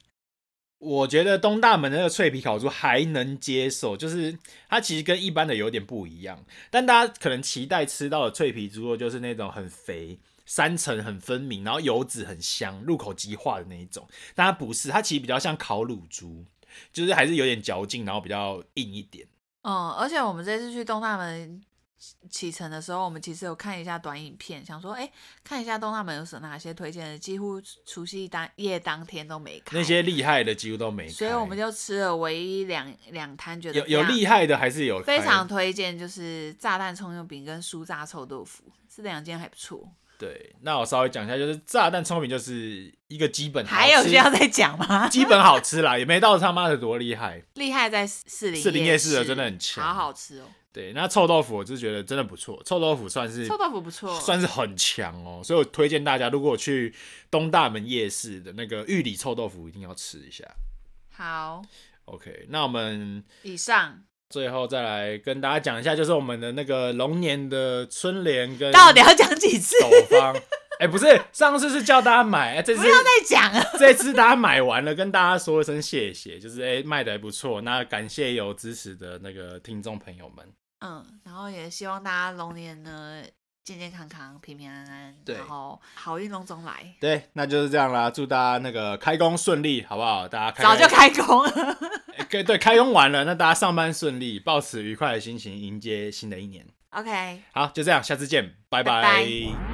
Speaker 1: 我觉得东大门的那个脆皮烤猪还能接受，就是它其实跟一般的有点不一样。但大家可能期待吃到的脆皮猪肉就是那种很肥。三层很分明，然后油脂很香，入口即化的那一种。但它不是，它其实比较像烤乳猪，就是还是有点嚼劲，然后比较硬一点。
Speaker 2: 嗯，而且我们这次去东大门启程的时候，我们其实有看一下短影片，想说，哎、看一下东大门有什哪些推荐的，几乎除夕当夜当天都没开，
Speaker 1: 那些厉害的几乎都没开，
Speaker 2: 所以我们就吃了唯一两两摊，觉得
Speaker 1: 有有
Speaker 2: 非常
Speaker 1: 厉害的还是有开
Speaker 2: 非常推荐，就是炸弹葱油饼跟酥炸臭豆腐，这两间还不错。
Speaker 1: 对。那我稍微讲一下，就是炸弹葱饼就是一个基本，
Speaker 2: 还有
Speaker 1: 好吃
Speaker 2: 需要再讲吗？
Speaker 1: 基本好吃啦，也没到他妈的多厉害。
Speaker 2: 厉害在士林
Speaker 1: 士林
Speaker 2: 夜
Speaker 1: 夜市的真的很强
Speaker 2: 好好吃哦。
Speaker 1: 对，那臭豆腐我就觉得真的不错，臭豆腐算是
Speaker 2: 臭豆腐不错，
Speaker 1: 算是很强哦，所以我推荐大家，如果去东大门夜市的那个玉里臭豆腐，一定要吃一下。
Speaker 2: 好。
Speaker 1: OK，那我们
Speaker 2: 以上
Speaker 1: 最后再来跟大家讲一下，就是我们的那个龙年的春联跟
Speaker 2: 到底要讲几次？
Speaker 1: 手方。 哎、不是，上次是叫大家买，哎这次
Speaker 2: 不要再讲啊了。
Speaker 1: 这次大家买完了，跟大家说一声谢谢，就是哎、卖的还不错，那感谢有支持的那个听众朋友们。
Speaker 2: 嗯，然后也希望大家龙年呢健健康康、平平安安，
Speaker 1: 对
Speaker 2: 然后好运隆中来。
Speaker 1: 对，那就是这样啦，祝大家那个开工顺利，好不好？大家开
Speaker 2: 早就开工了，
Speaker 1: 哎对对，开工完了，那大家上班顺利，保持愉快的心情迎接新的一年。
Speaker 2: OK。
Speaker 1: 好，就这样，下次见，拜
Speaker 2: 拜拜